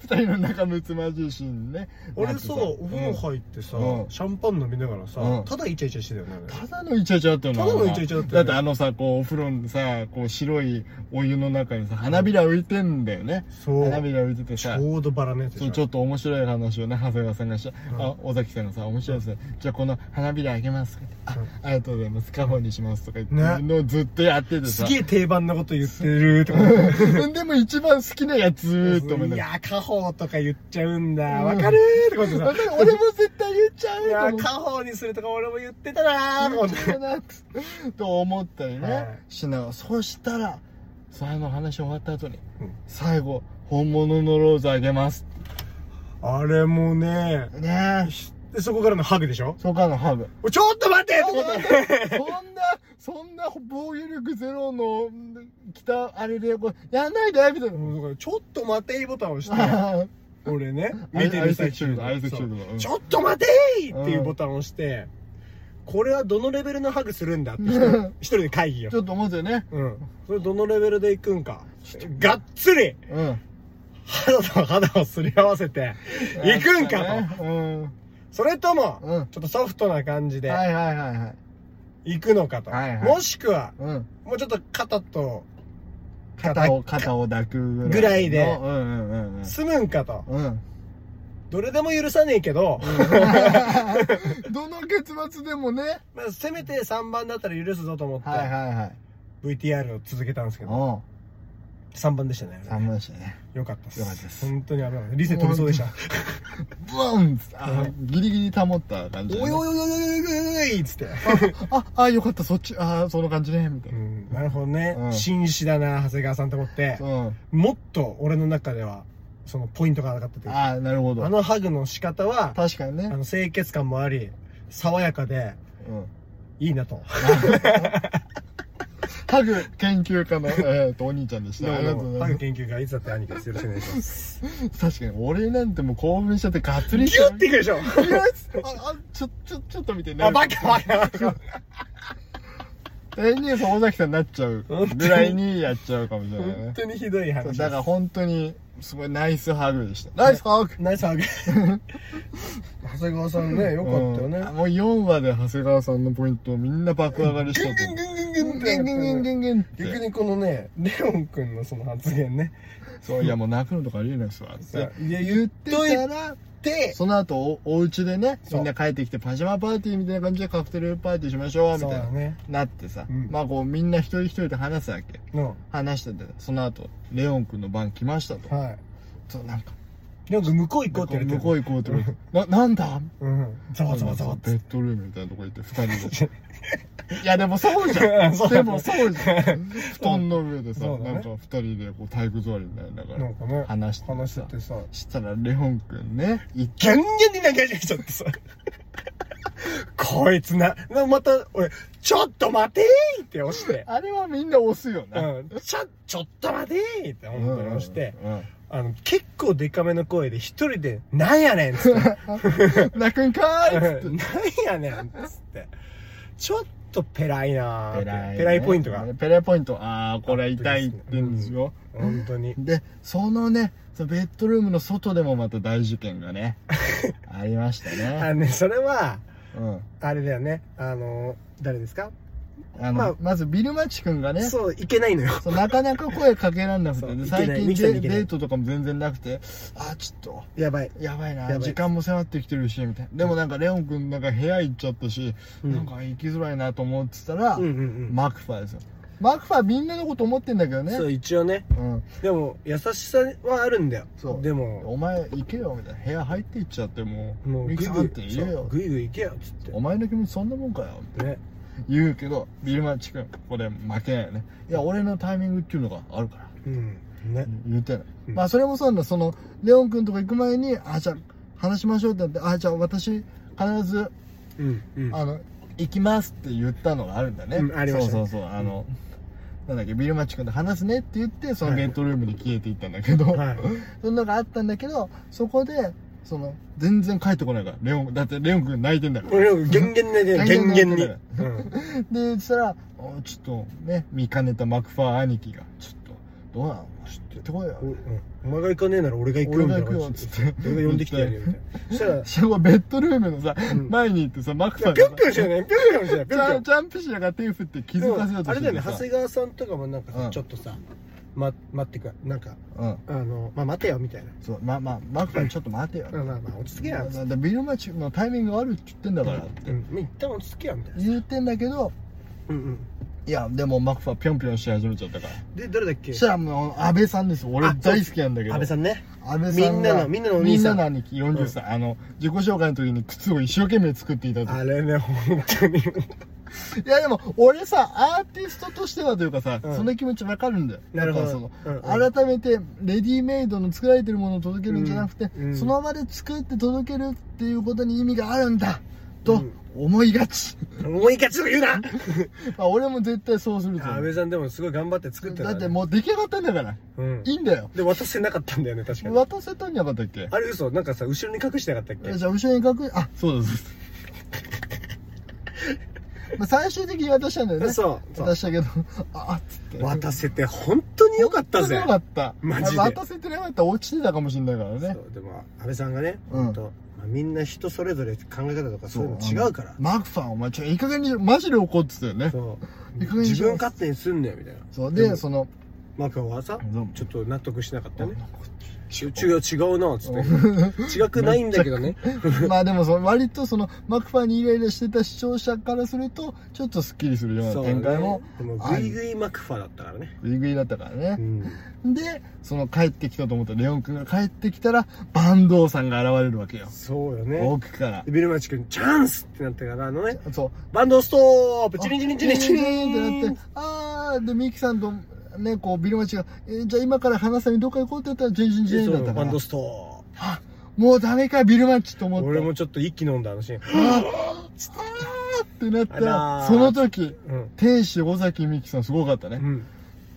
Speaker 2: 二人の仲睦まじいシーンね
Speaker 1: 俺さお風呂
Speaker 2: っ
Speaker 1: 入ってさ、
Speaker 2: うん
Speaker 1: シャンパン飲みながらさ、
Speaker 2: うん
Speaker 1: ただイチャイチャしてたよねあれ
Speaker 2: ただのイチャイチャだったよな
Speaker 1: ただのイチャイチャだったよね
Speaker 2: ってあのさこうお風呂のさこう白いお湯の中にさ花びら浮いてんだよね
Speaker 1: そう
Speaker 2: 花びら浮いてて
Speaker 1: ち
Speaker 2: さ
Speaker 1: ょうどバラのやつ
Speaker 2: そうちょっと面白い話をね長谷川さんがした、
Speaker 1: うん
Speaker 2: あ尾崎さんがさ面白いですねじゃあこの花びらあげますあ
Speaker 1: うん
Speaker 2: ありがとうございますカホにしますとか言って、
Speaker 1: ね
Speaker 2: のをずっとやってて
Speaker 1: す
Speaker 2: さ
Speaker 1: げえ定番なこと言ってるとか思って
Speaker 2: でも一番好きなやつと思い
Speaker 1: い
Speaker 2: ながら
Speaker 1: や家宝とか言っちゃうんだ
Speaker 2: うん
Speaker 1: わかるーとか思
Speaker 2: わか
Speaker 1: って
Speaker 2: る
Speaker 1: さ
Speaker 2: 俺も絶対言っちゃ
Speaker 1: いや
Speaker 2: うと思っ
Speaker 1: 家
Speaker 2: て
Speaker 1: 宝にするとか俺も言ってたなーとか思って
Speaker 2: と思ったりね、
Speaker 1: はい
Speaker 2: しながらそしたらその話終わった後に、
Speaker 1: うん
Speaker 2: 最後本物のローズあげます
Speaker 1: あれもね
Speaker 2: ねえ
Speaker 1: でそこからのハグでしょ
Speaker 2: そこからのハグ
Speaker 1: ちょっと待ってと
Speaker 2: そん
Speaker 1: か
Speaker 2: な
Speaker 1: 思って
Speaker 2: そんな防御力ゼロの北あれでこうやんないでみたいな
Speaker 1: もうだからちょっと待てーボタンを押して
Speaker 2: あ
Speaker 1: 俺ね、
Speaker 2: あ
Speaker 1: 見てる
Speaker 2: 相
Speaker 1: 最
Speaker 2: 席中
Speaker 1: 中
Speaker 2: 毒相席中毒
Speaker 1: そう
Speaker 2: うん
Speaker 1: ちょっと待てーっていうボタンを押して、これはどのレベルのハグするんだって一人
Speaker 2: うん
Speaker 1: 一人で会議を
Speaker 2: ち。ょっと思ってね
Speaker 1: うん。それどのレベルでいくんか。がっつり
Speaker 2: うん
Speaker 1: 肌と肌をすり合わせて、いくんかと。
Speaker 2: とうんは
Speaker 1: それと
Speaker 2: う
Speaker 1: も
Speaker 2: ん、
Speaker 1: ちょっとソフトな感じ
Speaker 2: い
Speaker 1: で
Speaker 2: はいはいはい
Speaker 1: 行くのかと
Speaker 2: はいは。い
Speaker 1: もしくは、
Speaker 2: うん
Speaker 1: もうちょっと肩と
Speaker 2: 肩を肩を抱くぐらいの
Speaker 1: ぐらいで
Speaker 2: うんうんうん
Speaker 1: 済むんかと。
Speaker 2: うん うん
Speaker 1: どれでも許さねえけど、
Speaker 2: どの結末でもね。
Speaker 1: まあせめて3番だったら許すぞと思って、
Speaker 2: はいはいはい。
Speaker 1: VTR を続けたんですけど、
Speaker 2: おう、
Speaker 1: 3番でしたね。
Speaker 2: 寒いでしたね。
Speaker 1: よかったです。
Speaker 2: よかったです
Speaker 1: 本当に危なかった。理性飛びそうでした。
Speaker 2: ブワンっつってあギリギリ保った感じ、ね。
Speaker 1: おいおいおいおいおいおいおいっつって。
Speaker 2: あ、あ、よかった、そっち、あ、その感じね、みたいうな。
Speaker 1: ん、なるほどね、
Speaker 2: うん
Speaker 1: 紳士だな、長谷川さんと思って、
Speaker 2: うん。
Speaker 1: もっと俺の中では、そのポイントが上がったというか、
Speaker 2: あなるほど。
Speaker 1: あのハグの仕方は、
Speaker 2: 確かに
Speaker 1: あ
Speaker 2: ね。
Speaker 1: の清潔感もあり、爽やかで、
Speaker 2: うん。
Speaker 1: いいなと。
Speaker 2: ハ ハグ研究家の、えー、とお兄ちゃんでした。ありがとうござ
Speaker 1: ハ
Speaker 2: い
Speaker 1: グ
Speaker 2: ま
Speaker 1: 研究会いつだって兄貴ですよろしくお願いします
Speaker 2: す。確かに、俺なんてもう興奮しちゃってガッツリし
Speaker 1: ギ
Speaker 2: ちゃ
Speaker 1: ュ
Speaker 2: う
Speaker 1: ッていくでしょ
Speaker 2: いやあ、あ、ちょ、ちょ、ちょっと見てね。
Speaker 1: あバカバカ
Speaker 2: え、に、尾崎さんになっちゃうぐらいにやっちゃうかもしれない
Speaker 1: 本
Speaker 2: ね。
Speaker 1: 当にひどい
Speaker 2: そう
Speaker 1: 話
Speaker 2: だから本当に、すごいナイスハグでした。ナイスハグ
Speaker 1: ナイスハ グ長谷川さんねよかったよね
Speaker 2: うんもう4話で長谷川さんのポイントをみんな爆上がりし
Speaker 1: ギ
Speaker 2: た
Speaker 1: ン
Speaker 2: と
Speaker 1: ギ
Speaker 2: 思
Speaker 1: ン
Speaker 2: う。
Speaker 1: ギンギンギ
Speaker 2: ゲ
Speaker 1: ン
Speaker 2: ンゲンゲンゲ
Speaker 1: ギン
Speaker 2: ンゲンっ
Speaker 1: 逆
Speaker 2: て。
Speaker 1: にこのねレオン君のその発言ね
Speaker 2: そう、いやもう泣くのとかありえないっすわ。っ
Speaker 1: そう
Speaker 2: て
Speaker 1: いや
Speaker 2: 言ってたら、
Speaker 1: で
Speaker 2: その後お、お家でね、
Speaker 1: そう
Speaker 2: みんな帰ってきてパジャマパーティーみたいな感じでカクテルパーティーしましょう、み
Speaker 1: そう
Speaker 2: たい
Speaker 1: だ
Speaker 2: な。
Speaker 1: ね
Speaker 2: なってさ、
Speaker 1: うん
Speaker 2: まあこうみんな一人一人で話すわけ。
Speaker 1: うんは
Speaker 2: 話してて、その後、レオン君の番来ましたと。
Speaker 1: い
Speaker 2: そう、なんか、
Speaker 1: レオン君向こう行こうって言われて
Speaker 2: 向
Speaker 1: る
Speaker 2: こう行こうって言われて、な、なんだ
Speaker 1: うんざわざわざわっ
Speaker 2: ベ
Speaker 1: て
Speaker 2: ッドルームみたいなとこ行って、二人で。いや、でもそうじゃん。
Speaker 1: そうだ
Speaker 2: で
Speaker 1: ね
Speaker 2: もそうじゃん。布団の上でさ、
Speaker 1: そうだね
Speaker 2: なんか二人でこう体育座りになりなが
Speaker 1: な
Speaker 2: ら
Speaker 1: んかね
Speaker 2: 話して
Speaker 1: 話し
Speaker 2: さ
Speaker 1: て。てさ
Speaker 2: したら、レオン君ね、行って
Speaker 1: ギャンギャンに泣き始めちゃってさ。こいつな、なまた、俺、ちょっと待てーって押して。
Speaker 2: あれはみんな押すよ
Speaker 1: う
Speaker 2: な。
Speaker 1: ん、ちょ、ちょっと待てーって
Speaker 2: う
Speaker 1: 本
Speaker 2: ん
Speaker 1: 当に押して、
Speaker 2: うん
Speaker 1: あの、結構デカめの声で一人で、なんやねんっつって、
Speaker 2: 泣くんかーいっつっ。
Speaker 1: なんやねんっつって、ちょっとペライなーってて、ペライポイントが、
Speaker 2: ねペライポイント。ああ、これは痛いって言うんですよ。
Speaker 1: 本当に。
Speaker 2: でそのねそのベッドルームの外でもまた大事件が ねありました
Speaker 1: あの
Speaker 2: ね、
Speaker 1: ね、それは、
Speaker 2: うん、
Speaker 1: あれだよね、あの、誰ですか
Speaker 2: あの、
Speaker 1: ま
Speaker 2: ま
Speaker 1: あ
Speaker 2: ずビルマチ君がね
Speaker 1: そう、いけないのよ。
Speaker 2: そうなかなか声かけらんなく
Speaker 1: そ
Speaker 2: て
Speaker 1: う
Speaker 2: で
Speaker 1: いけない
Speaker 2: 最近
Speaker 1: ミキさんに
Speaker 2: デ
Speaker 1: いけ
Speaker 2: デ
Speaker 1: ない
Speaker 2: ートとかも全然なくてあちょっ
Speaker 1: やばい。
Speaker 2: とやばいな
Speaker 1: やばい
Speaker 2: 時間も迫ってきてるしみたいなでもなんかレオン君なんか部屋行っちゃったし、
Speaker 1: うん
Speaker 2: なんか行きづらいなと思ってたら、
Speaker 1: うんうんうん。
Speaker 2: マクファーですよマクファーみんなのこと思ってんだけどね
Speaker 1: そう、一応ね。
Speaker 2: うん、
Speaker 1: でも優しさはあるんだよ
Speaker 2: そう
Speaker 1: でも
Speaker 2: お前行けよみたいな部屋入って行っちゃってもう
Speaker 1: もう
Speaker 2: ミキ
Speaker 1: グイ
Speaker 2: さんっ
Speaker 1: グ
Speaker 2: て
Speaker 1: イ
Speaker 2: 言え
Speaker 1: そう
Speaker 2: よ
Speaker 1: グイグイ行けよっつっ
Speaker 2: お前の気持ちそんなもんかよみたいな
Speaker 1: てね
Speaker 2: 言うけどビルマッチ君ここで負けないよねいや俺のタイミングっていうのがあるから
Speaker 1: うんね
Speaker 2: 言ってない、
Speaker 1: うん
Speaker 2: まあそれもそうなんだそのレオン君とか行く前にあじゃあ話しましょうってなってあじゃあ私必ず
Speaker 1: うんうん
Speaker 2: あの行きますって言ったのがあるんだね、
Speaker 1: うんありましたね
Speaker 2: そうそうそうあの、なんだっけビルマッチ君と話すねって言ってそ
Speaker 1: は
Speaker 2: の
Speaker 1: い
Speaker 2: ゲートルームに消えていったんだけど、
Speaker 1: はい
Speaker 2: そんなのがあったんだけどそこでその全然帰ってこないからレオンだってレオン君泣いてんだから
Speaker 1: 俺も厳厳でね
Speaker 2: 厳
Speaker 1: 厳厳
Speaker 2: 厳
Speaker 1: に
Speaker 2: に
Speaker 1: うん
Speaker 2: で、そしたら、あちょっとね、見かねたマクファー兄貴が、ちょっと、どうなのちょっと行ってこいよ
Speaker 1: お。うんお前が行かねえなら俺が行くよみたいな
Speaker 2: 俺が行く
Speaker 1: 感
Speaker 2: よ
Speaker 1: じ
Speaker 2: つって
Speaker 1: 俺が呼んできてやるよみたいなそし たらい
Speaker 2: そこベッドルームのさ、
Speaker 1: うん
Speaker 2: 前に行ってさ、マクファ
Speaker 1: や
Speaker 2: ー
Speaker 1: ぴょ
Speaker 2: が
Speaker 1: んぴょんしてないぴょんぴょんしてな
Speaker 2: ジ
Speaker 1: いぴょんぴょ
Speaker 2: ャ
Speaker 1: ん
Speaker 2: ンジャンプしながら手振って気づかせよう
Speaker 1: でも
Speaker 2: とし
Speaker 1: あれ
Speaker 2: て
Speaker 1: だよね
Speaker 2: てさ
Speaker 1: 長谷川さんとかもなんか
Speaker 2: う
Speaker 1: さ
Speaker 2: ん
Speaker 1: ちょっとさま待ってくわなんか
Speaker 2: うん。
Speaker 1: あのまあ待てよみたいな
Speaker 2: そう、まあまあ、マクファーちょっと待てよ。
Speaker 1: まあまあまあ落ち着け
Speaker 2: だ
Speaker 1: や
Speaker 2: っ
Speaker 1: つって
Speaker 2: てビルマッチのタイミングがあるって言ってんだからって
Speaker 1: うんまあ一旦落ち着けやみたいな
Speaker 2: 言ってんだけど、
Speaker 1: うんうん
Speaker 2: いや、でもマクファーぴょんぴょんし始めちゃったから。
Speaker 1: で誰だっけ
Speaker 2: そしたらもう、安倍さんですよ。俺
Speaker 1: あ
Speaker 2: 大好きなんだけど。
Speaker 1: 安倍さんね
Speaker 2: 安倍さんが
Speaker 1: みんなのみんなのお兄さ
Speaker 2: みん
Speaker 1: ん
Speaker 2: なの兄貴40歳、あの自己紹介の時に靴を一生懸命作っていただ
Speaker 1: あれね本当に
Speaker 2: いやでも俺さアーティストとしてはというかさ、
Speaker 1: うん
Speaker 2: その気持ちわかるんだよ
Speaker 1: なるほど
Speaker 2: だからその
Speaker 1: うんうん
Speaker 2: 改めてレディメイドの作られてるものを届けるんじゃなくて、
Speaker 1: うんうん
Speaker 2: その場で作って届けるっていうことに意味があるんだと
Speaker 1: うん
Speaker 2: 思いがち、
Speaker 1: 思いがちとか言うな
Speaker 2: まあ俺も絶対そうすると思
Speaker 1: 安
Speaker 2: う
Speaker 1: 倍さんでもすごい頑張って作ってた
Speaker 2: だ
Speaker 1: から
Speaker 2: っ
Speaker 1: ね
Speaker 2: てもう出来上がったんだから
Speaker 1: うん
Speaker 2: いいんだよ
Speaker 1: で渡せなかったんだよね確かに
Speaker 2: 渡せたんじゃなかったっけ
Speaker 1: あれ嘘なんかさ後ろに隠してなかったっ
Speaker 2: いや
Speaker 1: け
Speaker 2: じゃあ後ろに隠あそうだそうだ まあ最終的に渡したんだよね
Speaker 1: そうそう
Speaker 2: 渡したけど ああっつって
Speaker 1: 渡せて本当によかったぜ
Speaker 2: よかった
Speaker 1: マジで
Speaker 2: 渡せてなかったら落ちてたかもしれないからね
Speaker 1: そうでも安倍さんがね
Speaker 2: うん
Speaker 1: 本当まあみんな人それぞれ考え方とかそういうの違うから
Speaker 2: あのマクさんお前ちょいい加減にしろマジで怒ってたよね
Speaker 1: そ う
Speaker 2: いくらにします
Speaker 1: 自分勝手にすんねよみたいな
Speaker 2: そう
Speaker 1: で
Speaker 2: で
Speaker 1: も
Speaker 2: その
Speaker 1: マクはさ
Speaker 2: うん
Speaker 1: ちょっと納得しなかったね
Speaker 2: あ
Speaker 1: 違う違う違うなっつって違くないんだけどね
Speaker 2: まあでもその割とそのマクファーにイライラしてた視聴者からするとちょっとスッキリするような
Speaker 1: そうね
Speaker 2: 展開も
Speaker 1: でもグイグイマクファだったからね
Speaker 2: グイグイだったからね、
Speaker 1: うん
Speaker 2: でその帰ってきたと思ったレオン君が帰ってきたら坂東さんが現れるわけよ
Speaker 1: そうよね
Speaker 2: 奥から
Speaker 1: ビルマチ君チャンスってなってからあのね
Speaker 2: そう
Speaker 1: バンドストップチリンチリンチリンチリ
Speaker 2: ってな
Speaker 1: ン
Speaker 2: って、あー、で、ミキさんと、ね、こう、ビルマチが、えーじゃあ今から花さんにどっか行こうって言ったら、ジェンジェンジェンだったか
Speaker 1: バン
Speaker 2: ら
Speaker 1: ド、スト
Speaker 2: あもうダメか、ビルマッチと
Speaker 1: ッ
Speaker 2: 思っ
Speaker 1: プ
Speaker 2: た。
Speaker 1: 俺もちょっと一気飲んだあのシーン
Speaker 2: あーあーってなっ
Speaker 1: あ
Speaker 2: た
Speaker 1: ら
Speaker 2: ら
Speaker 1: ー
Speaker 2: その時
Speaker 1: うん。
Speaker 2: 天使尾崎美紀さんすごかったね、
Speaker 1: うん。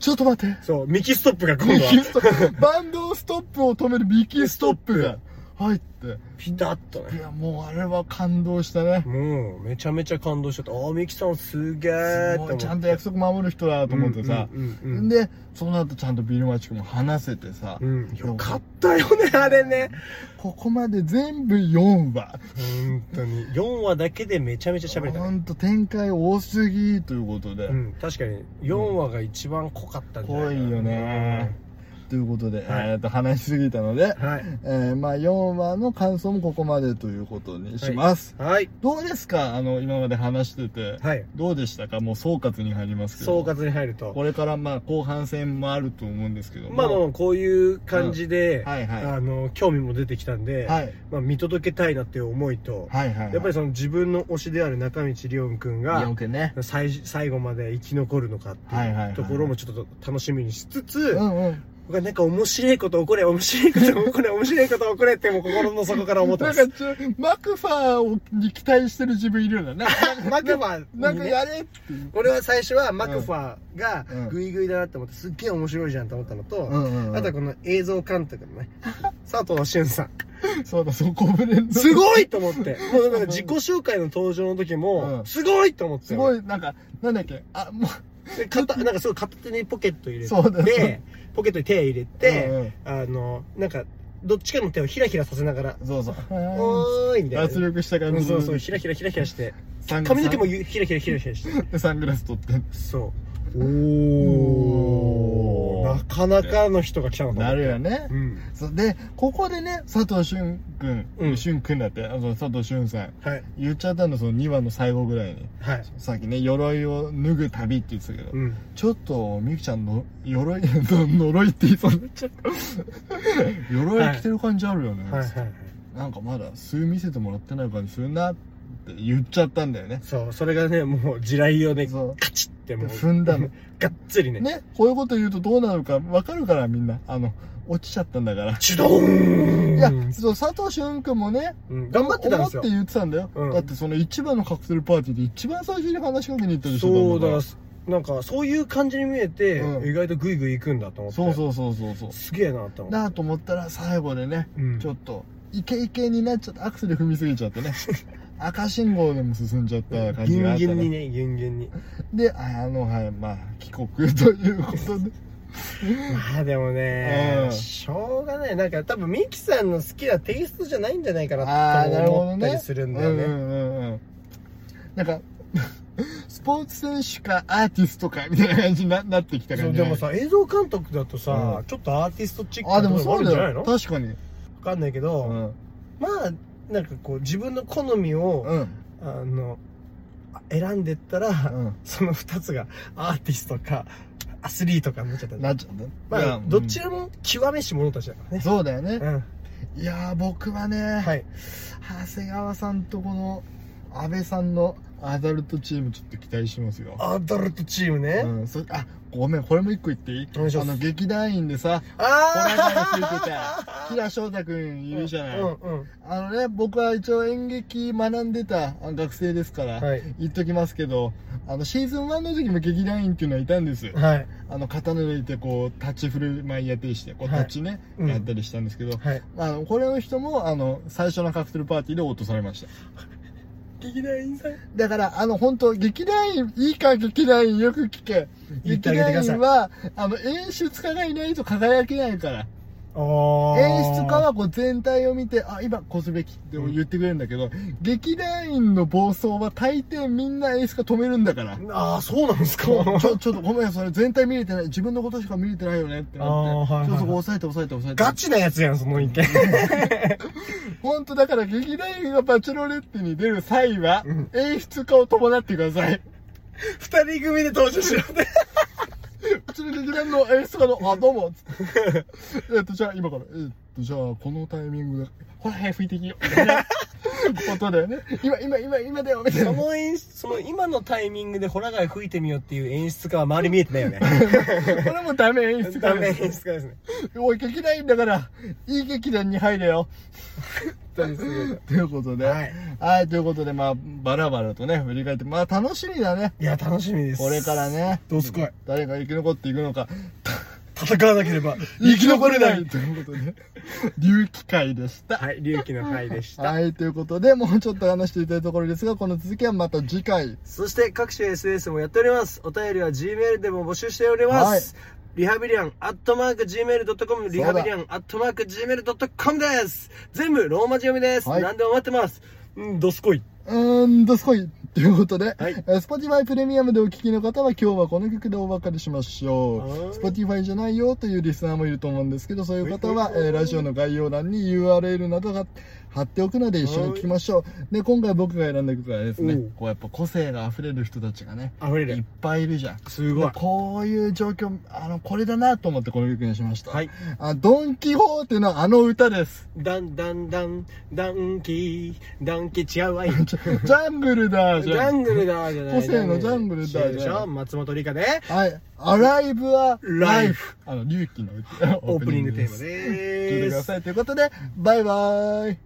Speaker 2: ちょっと待って
Speaker 1: そう、ミキストップが今
Speaker 2: ミ
Speaker 1: 度
Speaker 2: キ
Speaker 1: は、
Speaker 2: ストップバンドストップを止めるミキストップが入って
Speaker 1: ピタッと
Speaker 2: い
Speaker 1: ね。
Speaker 2: やもうあれは感動したね
Speaker 1: もう、めちゃめちゃ感動しちゃった。ああ、ミキさんすげえって
Speaker 2: も
Speaker 1: 思
Speaker 2: う
Speaker 1: って。
Speaker 2: ちゃんと約束守る人だと思ってさ、
Speaker 1: うんうんうんうん
Speaker 2: でその後ちゃんとビルマチ君も話せてさ、
Speaker 1: うん、よかったよね、あれね。
Speaker 2: ここまで全部4話
Speaker 1: 本当に。4話だけでめちゃめちゃ喋れた
Speaker 2: ほ
Speaker 1: ね。
Speaker 2: んと展開多すぎということで、
Speaker 1: うん、確かに、4話が一番濃かったんじゃない
Speaker 2: 濃
Speaker 1: かない
Speaker 2: よね、ということで、
Speaker 1: はい
Speaker 2: えーと話しすぎたので、
Speaker 1: はい。
Speaker 2: えーまあ、4話の感想もここまでということにします、
Speaker 1: はい。
Speaker 2: どうですかあの今まで話してて、
Speaker 1: はい。
Speaker 2: どうでしたかもう総括に入りますけど
Speaker 1: 総括に入ると。
Speaker 2: これからまあ後半戦もあると思うんですけど
Speaker 1: まあまあまあ、こういう感じで、
Speaker 2: はいはい
Speaker 1: あの、興味も出てきたんで、
Speaker 2: はい
Speaker 1: まあ、見届けたいなっていう思いと、
Speaker 2: はいはいはい
Speaker 1: やっぱりその自分の推しである中道りおんくん
Speaker 2: リオ
Speaker 1: が
Speaker 2: ン、君ね
Speaker 1: 最最後まで生き残るのかって
Speaker 2: はいはいはいは
Speaker 1: い
Speaker 2: いう
Speaker 1: ところもちょっと楽しみにしつつ、
Speaker 2: うんうん
Speaker 1: 僕はなんか面白いこと起これ、面白いこと起これ、面白いこと起これってもう心の底から思って
Speaker 2: な
Speaker 1: ま
Speaker 2: んか
Speaker 1: す。
Speaker 2: ちょ、マクファーをに期待してる自分いるよね。なんか、
Speaker 1: マクファ
Speaker 2: な
Speaker 1: ー
Speaker 2: ん
Speaker 1: に
Speaker 2: か
Speaker 1: ね
Speaker 2: やれっていう。
Speaker 1: 俺は最初はマクファーが
Speaker 2: うん
Speaker 1: グイグイだなって思ってすっげえ面白いじゃんと思ったのと、
Speaker 2: うんうんうん
Speaker 1: あとはこの映像監督の ね佐藤俊さん
Speaker 2: そうだ、そこぶれん
Speaker 1: す
Speaker 2: い
Speaker 1: ごいと思ってもうなんか自己紹介の登場の時
Speaker 2: う
Speaker 1: も
Speaker 2: ん
Speaker 1: すごいと思って
Speaker 2: すご
Speaker 1: い
Speaker 2: い、なんか、なんだっけ、あ、も
Speaker 1: なんかすごい片手にポケット入
Speaker 2: そうだ
Speaker 1: れ
Speaker 2: ね
Speaker 1: てポケットに手入れて、
Speaker 2: うんうん
Speaker 1: あのなんかどっちかの手をヒラヒラさせながら
Speaker 2: う、そうそう。
Speaker 1: 「おーい」みたいな
Speaker 2: 圧力した感
Speaker 1: うん
Speaker 2: じ
Speaker 1: そうそうヒラヒラヒラヒラして
Speaker 2: サン
Speaker 1: 髪の毛もゆヒラヒラヒラヒラして
Speaker 2: サンサングラス取って。
Speaker 1: そう
Speaker 2: おー
Speaker 1: なかなかの人が来たのと思っ
Speaker 2: な
Speaker 1: て
Speaker 2: るよね
Speaker 1: う。ん
Speaker 2: そうで、ここでね、佐藤俊君、
Speaker 1: うん
Speaker 2: 俊君だって、あの佐藤俊さん、
Speaker 1: はい
Speaker 2: 言っちゃったの、その2話の最後ぐらいに。
Speaker 1: はい
Speaker 2: さっきね、鎧を脱ぐ旅って言ってたけど、
Speaker 1: うん
Speaker 2: ちょっと、みゆきちゃんの、鎧、 呪いって言いそうになっちゃった。鎧着てる感じあるよね。
Speaker 1: はいはいはい
Speaker 2: なんかまだ、数見せてもらってない感じするなって言っちゃったんだよね。
Speaker 1: そうそれがねもう地雷をね
Speaker 2: そう
Speaker 1: カチッってもう
Speaker 2: 踏んだの
Speaker 1: がっつりね
Speaker 2: ね、こういうこと言うとどうなるかわかるからみんな。あの、落ちちゃったんだから。
Speaker 1: チュドー
Speaker 2: い
Speaker 1: ン
Speaker 2: や、そう、佐藤俊君もね、
Speaker 1: うん頑張ってたんですよ
Speaker 2: 思って言ってたんだよ。
Speaker 1: うん
Speaker 2: だってその一番のカクテルパーティーで一番最初に話しかけに行ったでしょ。
Speaker 1: そう
Speaker 2: 旦那
Speaker 1: だ
Speaker 2: が
Speaker 1: なんかそういう感じに見えて
Speaker 2: うん
Speaker 1: 意外とグイグイ行くんだと思って
Speaker 2: そうそうそうそうそう。
Speaker 1: すげえなと思って
Speaker 2: だと思ったら最後でね、
Speaker 1: うん
Speaker 2: ちょっとイケイケになっちゃってアクセル踏みすぎちゃ ってね赤信号でも進んじゃった感
Speaker 1: ギ
Speaker 2: じがあっ
Speaker 1: ュン
Speaker 2: た
Speaker 1: ギュンに
Speaker 2: ね
Speaker 1: ねギュンギュンに
Speaker 2: であのはいまあ帰国ということで
Speaker 1: まあでもね、
Speaker 2: うん
Speaker 1: しょうがないなんか多分ミキさんの好きなテイストじゃないんじゃないか
Speaker 2: あ
Speaker 1: な
Speaker 2: あ
Speaker 1: と
Speaker 2: なるほ
Speaker 1: 思
Speaker 2: ど
Speaker 1: った
Speaker 2: ね
Speaker 1: りするんだよね
Speaker 2: うんうんうんうんなんかスポーツ選手かアーティストかみたいな感じにななってきた
Speaker 1: そ
Speaker 2: 感
Speaker 1: う
Speaker 2: じ
Speaker 1: でもさ映像監督だとさ、
Speaker 2: うん
Speaker 1: ちょっとアーティストチック
Speaker 2: あで
Speaker 1: なと
Speaker 2: も
Speaker 1: ころも
Speaker 2: そう
Speaker 1: ある
Speaker 2: ん
Speaker 1: じゃ
Speaker 2: だ
Speaker 1: ない
Speaker 2: よ
Speaker 1: の
Speaker 2: 確かに
Speaker 1: 分かんないけ
Speaker 2: う
Speaker 1: ど、
Speaker 2: ん
Speaker 1: まあなんかこう自分の好み
Speaker 2: う
Speaker 1: を、
Speaker 2: ん
Speaker 1: あの選んでったら、
Speaker 2: うん
Speaker 1: その2つがアーティストかアスリートかになっちゃったんだ
Speaker 2: なっちゃったね
Speaker 1: ま
Speaker 2: い
Speaker 1: あ
Speaker 2: や
Speaker 1: どちらも極めし者たちだからね、
Speaker 2: そうだよね
Speaker 1: うん、
Speaker 2: いやー僕はね
Speaker 1: はい
Speaker 2: 長谷川さんとこの安倍さんのアダルトチームちょっと期待しますよ。
Speaker 1: アダルトチームね、
Speaker 2: うん、そあごめんこれも一個言っていい
Speaker 1: お願いし
Speaker 2: あ
Speaker 1: ます
Speaker 2: の劇団員で さホラーがついてた
Speaker 1: あ
Speaker 2: 平翔太君いるじゃない、
Speaker 1: うんうん
Speaker 2: あのね僕は一応演劇学んでたあ学生ですから、
Speaker 1: はい
Speaker 2: 言っときますけどあのシーズン1の時も劇団員っていうのはいたんです
Speaker 1: はい
Speaker 2: あの刀抜いてこう立ち振る舞いやったりしてこう
Speaker 1: はい
Speaker 2: 立ちね、
Speaker 1: うん
Speaker 2: やったりしたんですけど、
Speaker 1: はい
Speaker 2: あのこれの人もあの最初のカクテルパーティーで落とされました
Speaker 1: 劇団員さん
Speaker 2: だから、あの、本当劇団員、いいか、劇団員、よく聞け。
Speaker 1: 言っ
Speaker 2: 劇
Speaker 1: てあげて
Speaker 2: 団
Speaker 1: ください
Speaker 2: 員は、あの、演出家がいないと輝けないから。
Speaker 1: あ
Speaker 2: 演出家はこう全体を見て、あ、今、こうすべきって言ってくれるんだけど、劇団員の暴走は大抵みんな演出家止めるんだから。
Speaker 1: ああそうなんですか
Speaker 2: こうちょ、ちょっとごめん、それ全体見れてない。自分のことしか見れてないよねってなって。
Speaker 1: あーはいはいはい
Speaker 2: ちょっとそこ抑えて抑えて抑えて。
Speaker 1: ガチなやつやんその意見
Speaker 2: 本当だから劇団員がバチェロレッテに出る際は、
Speaker 1: うん
Speaker 2: 演出家を伴ってください。
Speaker 1: 二人組で登場しろって
Speaker 2: うちの劇団の演出家の、あ、どうも、つって。えっと、じゃあ、今から、えっと、じゃあ、このタイミングで、ほら、早く拭いていきよう。ことだよね。今、今、今、今だよ、みたいな。
Speaker 1: その演出、その今のタイミングでホラ貝吹いてみようっていう演出家は周り見えてないよね。
Speaker 2: これもダメ演出
Speaker 1: ダ
Speaker 2: 家
Speaker 1: メ演
Speaker 2: で
Speaker 1: 出
Speaker 2: す。
Speaker 1: 家ですね。
Speaker 2: おい、劇団員だから、いい劇団に入れよ。ということで、
Speaker 1: はい
Speaker 2: はい、ということで、まあ、バラバラとね、振り返って、まあ、楽しみだね。
Speaker 1: いや、楽しみです。
Speaker 2: これからね。
Speaker 1: どうすこい。
Speaker 2: 誰が生き残っていくのか。
Speaker 1: 戦わなければ
Speaker 2: 生き残れないということで、竜気会でした。
Speaker 1: はい、隆起の回でした。
Speaker 2: はい、ということで、もうちょっと話していたいところですが、この続きはまた次回。
Speaker 1: そして各種 SNS もやっております。お便りは Gmail でも募集しております。リハビリアンアットマーク Gmail.com リハビリアンアットマーク Gmail.com です全部ローマ字読みです、
Speaker 2: はい
Speaker 1: 何でも待ってますうん、どすこい。
Speaker 2: うーん、どすこい。ということで、
Speaker 1: はい
Speaker 2: えー Spotify プレミアムでお聞きの方は今日はこの曲でお別れしましょう。
Speaker 1: はい
Speaker 2: Spotify じゃないよというリスナーもいると思うんですけど、そういう方は、
Speaker 1: はい
Speaker 2: えーラジオの概要欄に URL などが貼っておくので一緒に聞きましょう。で、今回僕が選んだ曲はですね
Speaker 1: うん、
Speaker 2: こうやっぱ個性が溢れる人たちがね、
Speaker 1: 溢れ
Speaker 2: いっ
Speaker 1: る。
Speaker 2: ぱいいるじゃん。
Speaker 1: すご
Speaker 2: で。
Speaker 1: い
Speaker 2: こういう状況、あの、これだなと思ってこの曲にしました。
Speaker 1: はい。
Speaker 2: あ、ドン・キホーテのあの歌です。
Speaker 1: ダンダンダン、ダンキー、ダンキチア ワイ。
Speaker 2: ジャングルだ、
Speaker 1: ジ
Speaker 2: じゃん
Speaker 1: ャングルだじゃな
Speaker 2: 個
Speaker 1: い。
Speaker 2: 性のジャングルだ
Speaker 1: 知ってるでしょ松本里香で、
Speaker 2: はい。アライブはラ
Speaker 1: ラ
Speaker 2: イ
Speaker 1: イ
Speaker 2: フ
Speaker 1: フ。
Speaker 2: あの、隆起の
Speaker 1: オープニングテーマ
Speaker 2: す。
Speaker 1: で
Speaker 2: 聞いてくだ
Speaker 1: す。
Speaker 2: さい。ということで、バイバイ。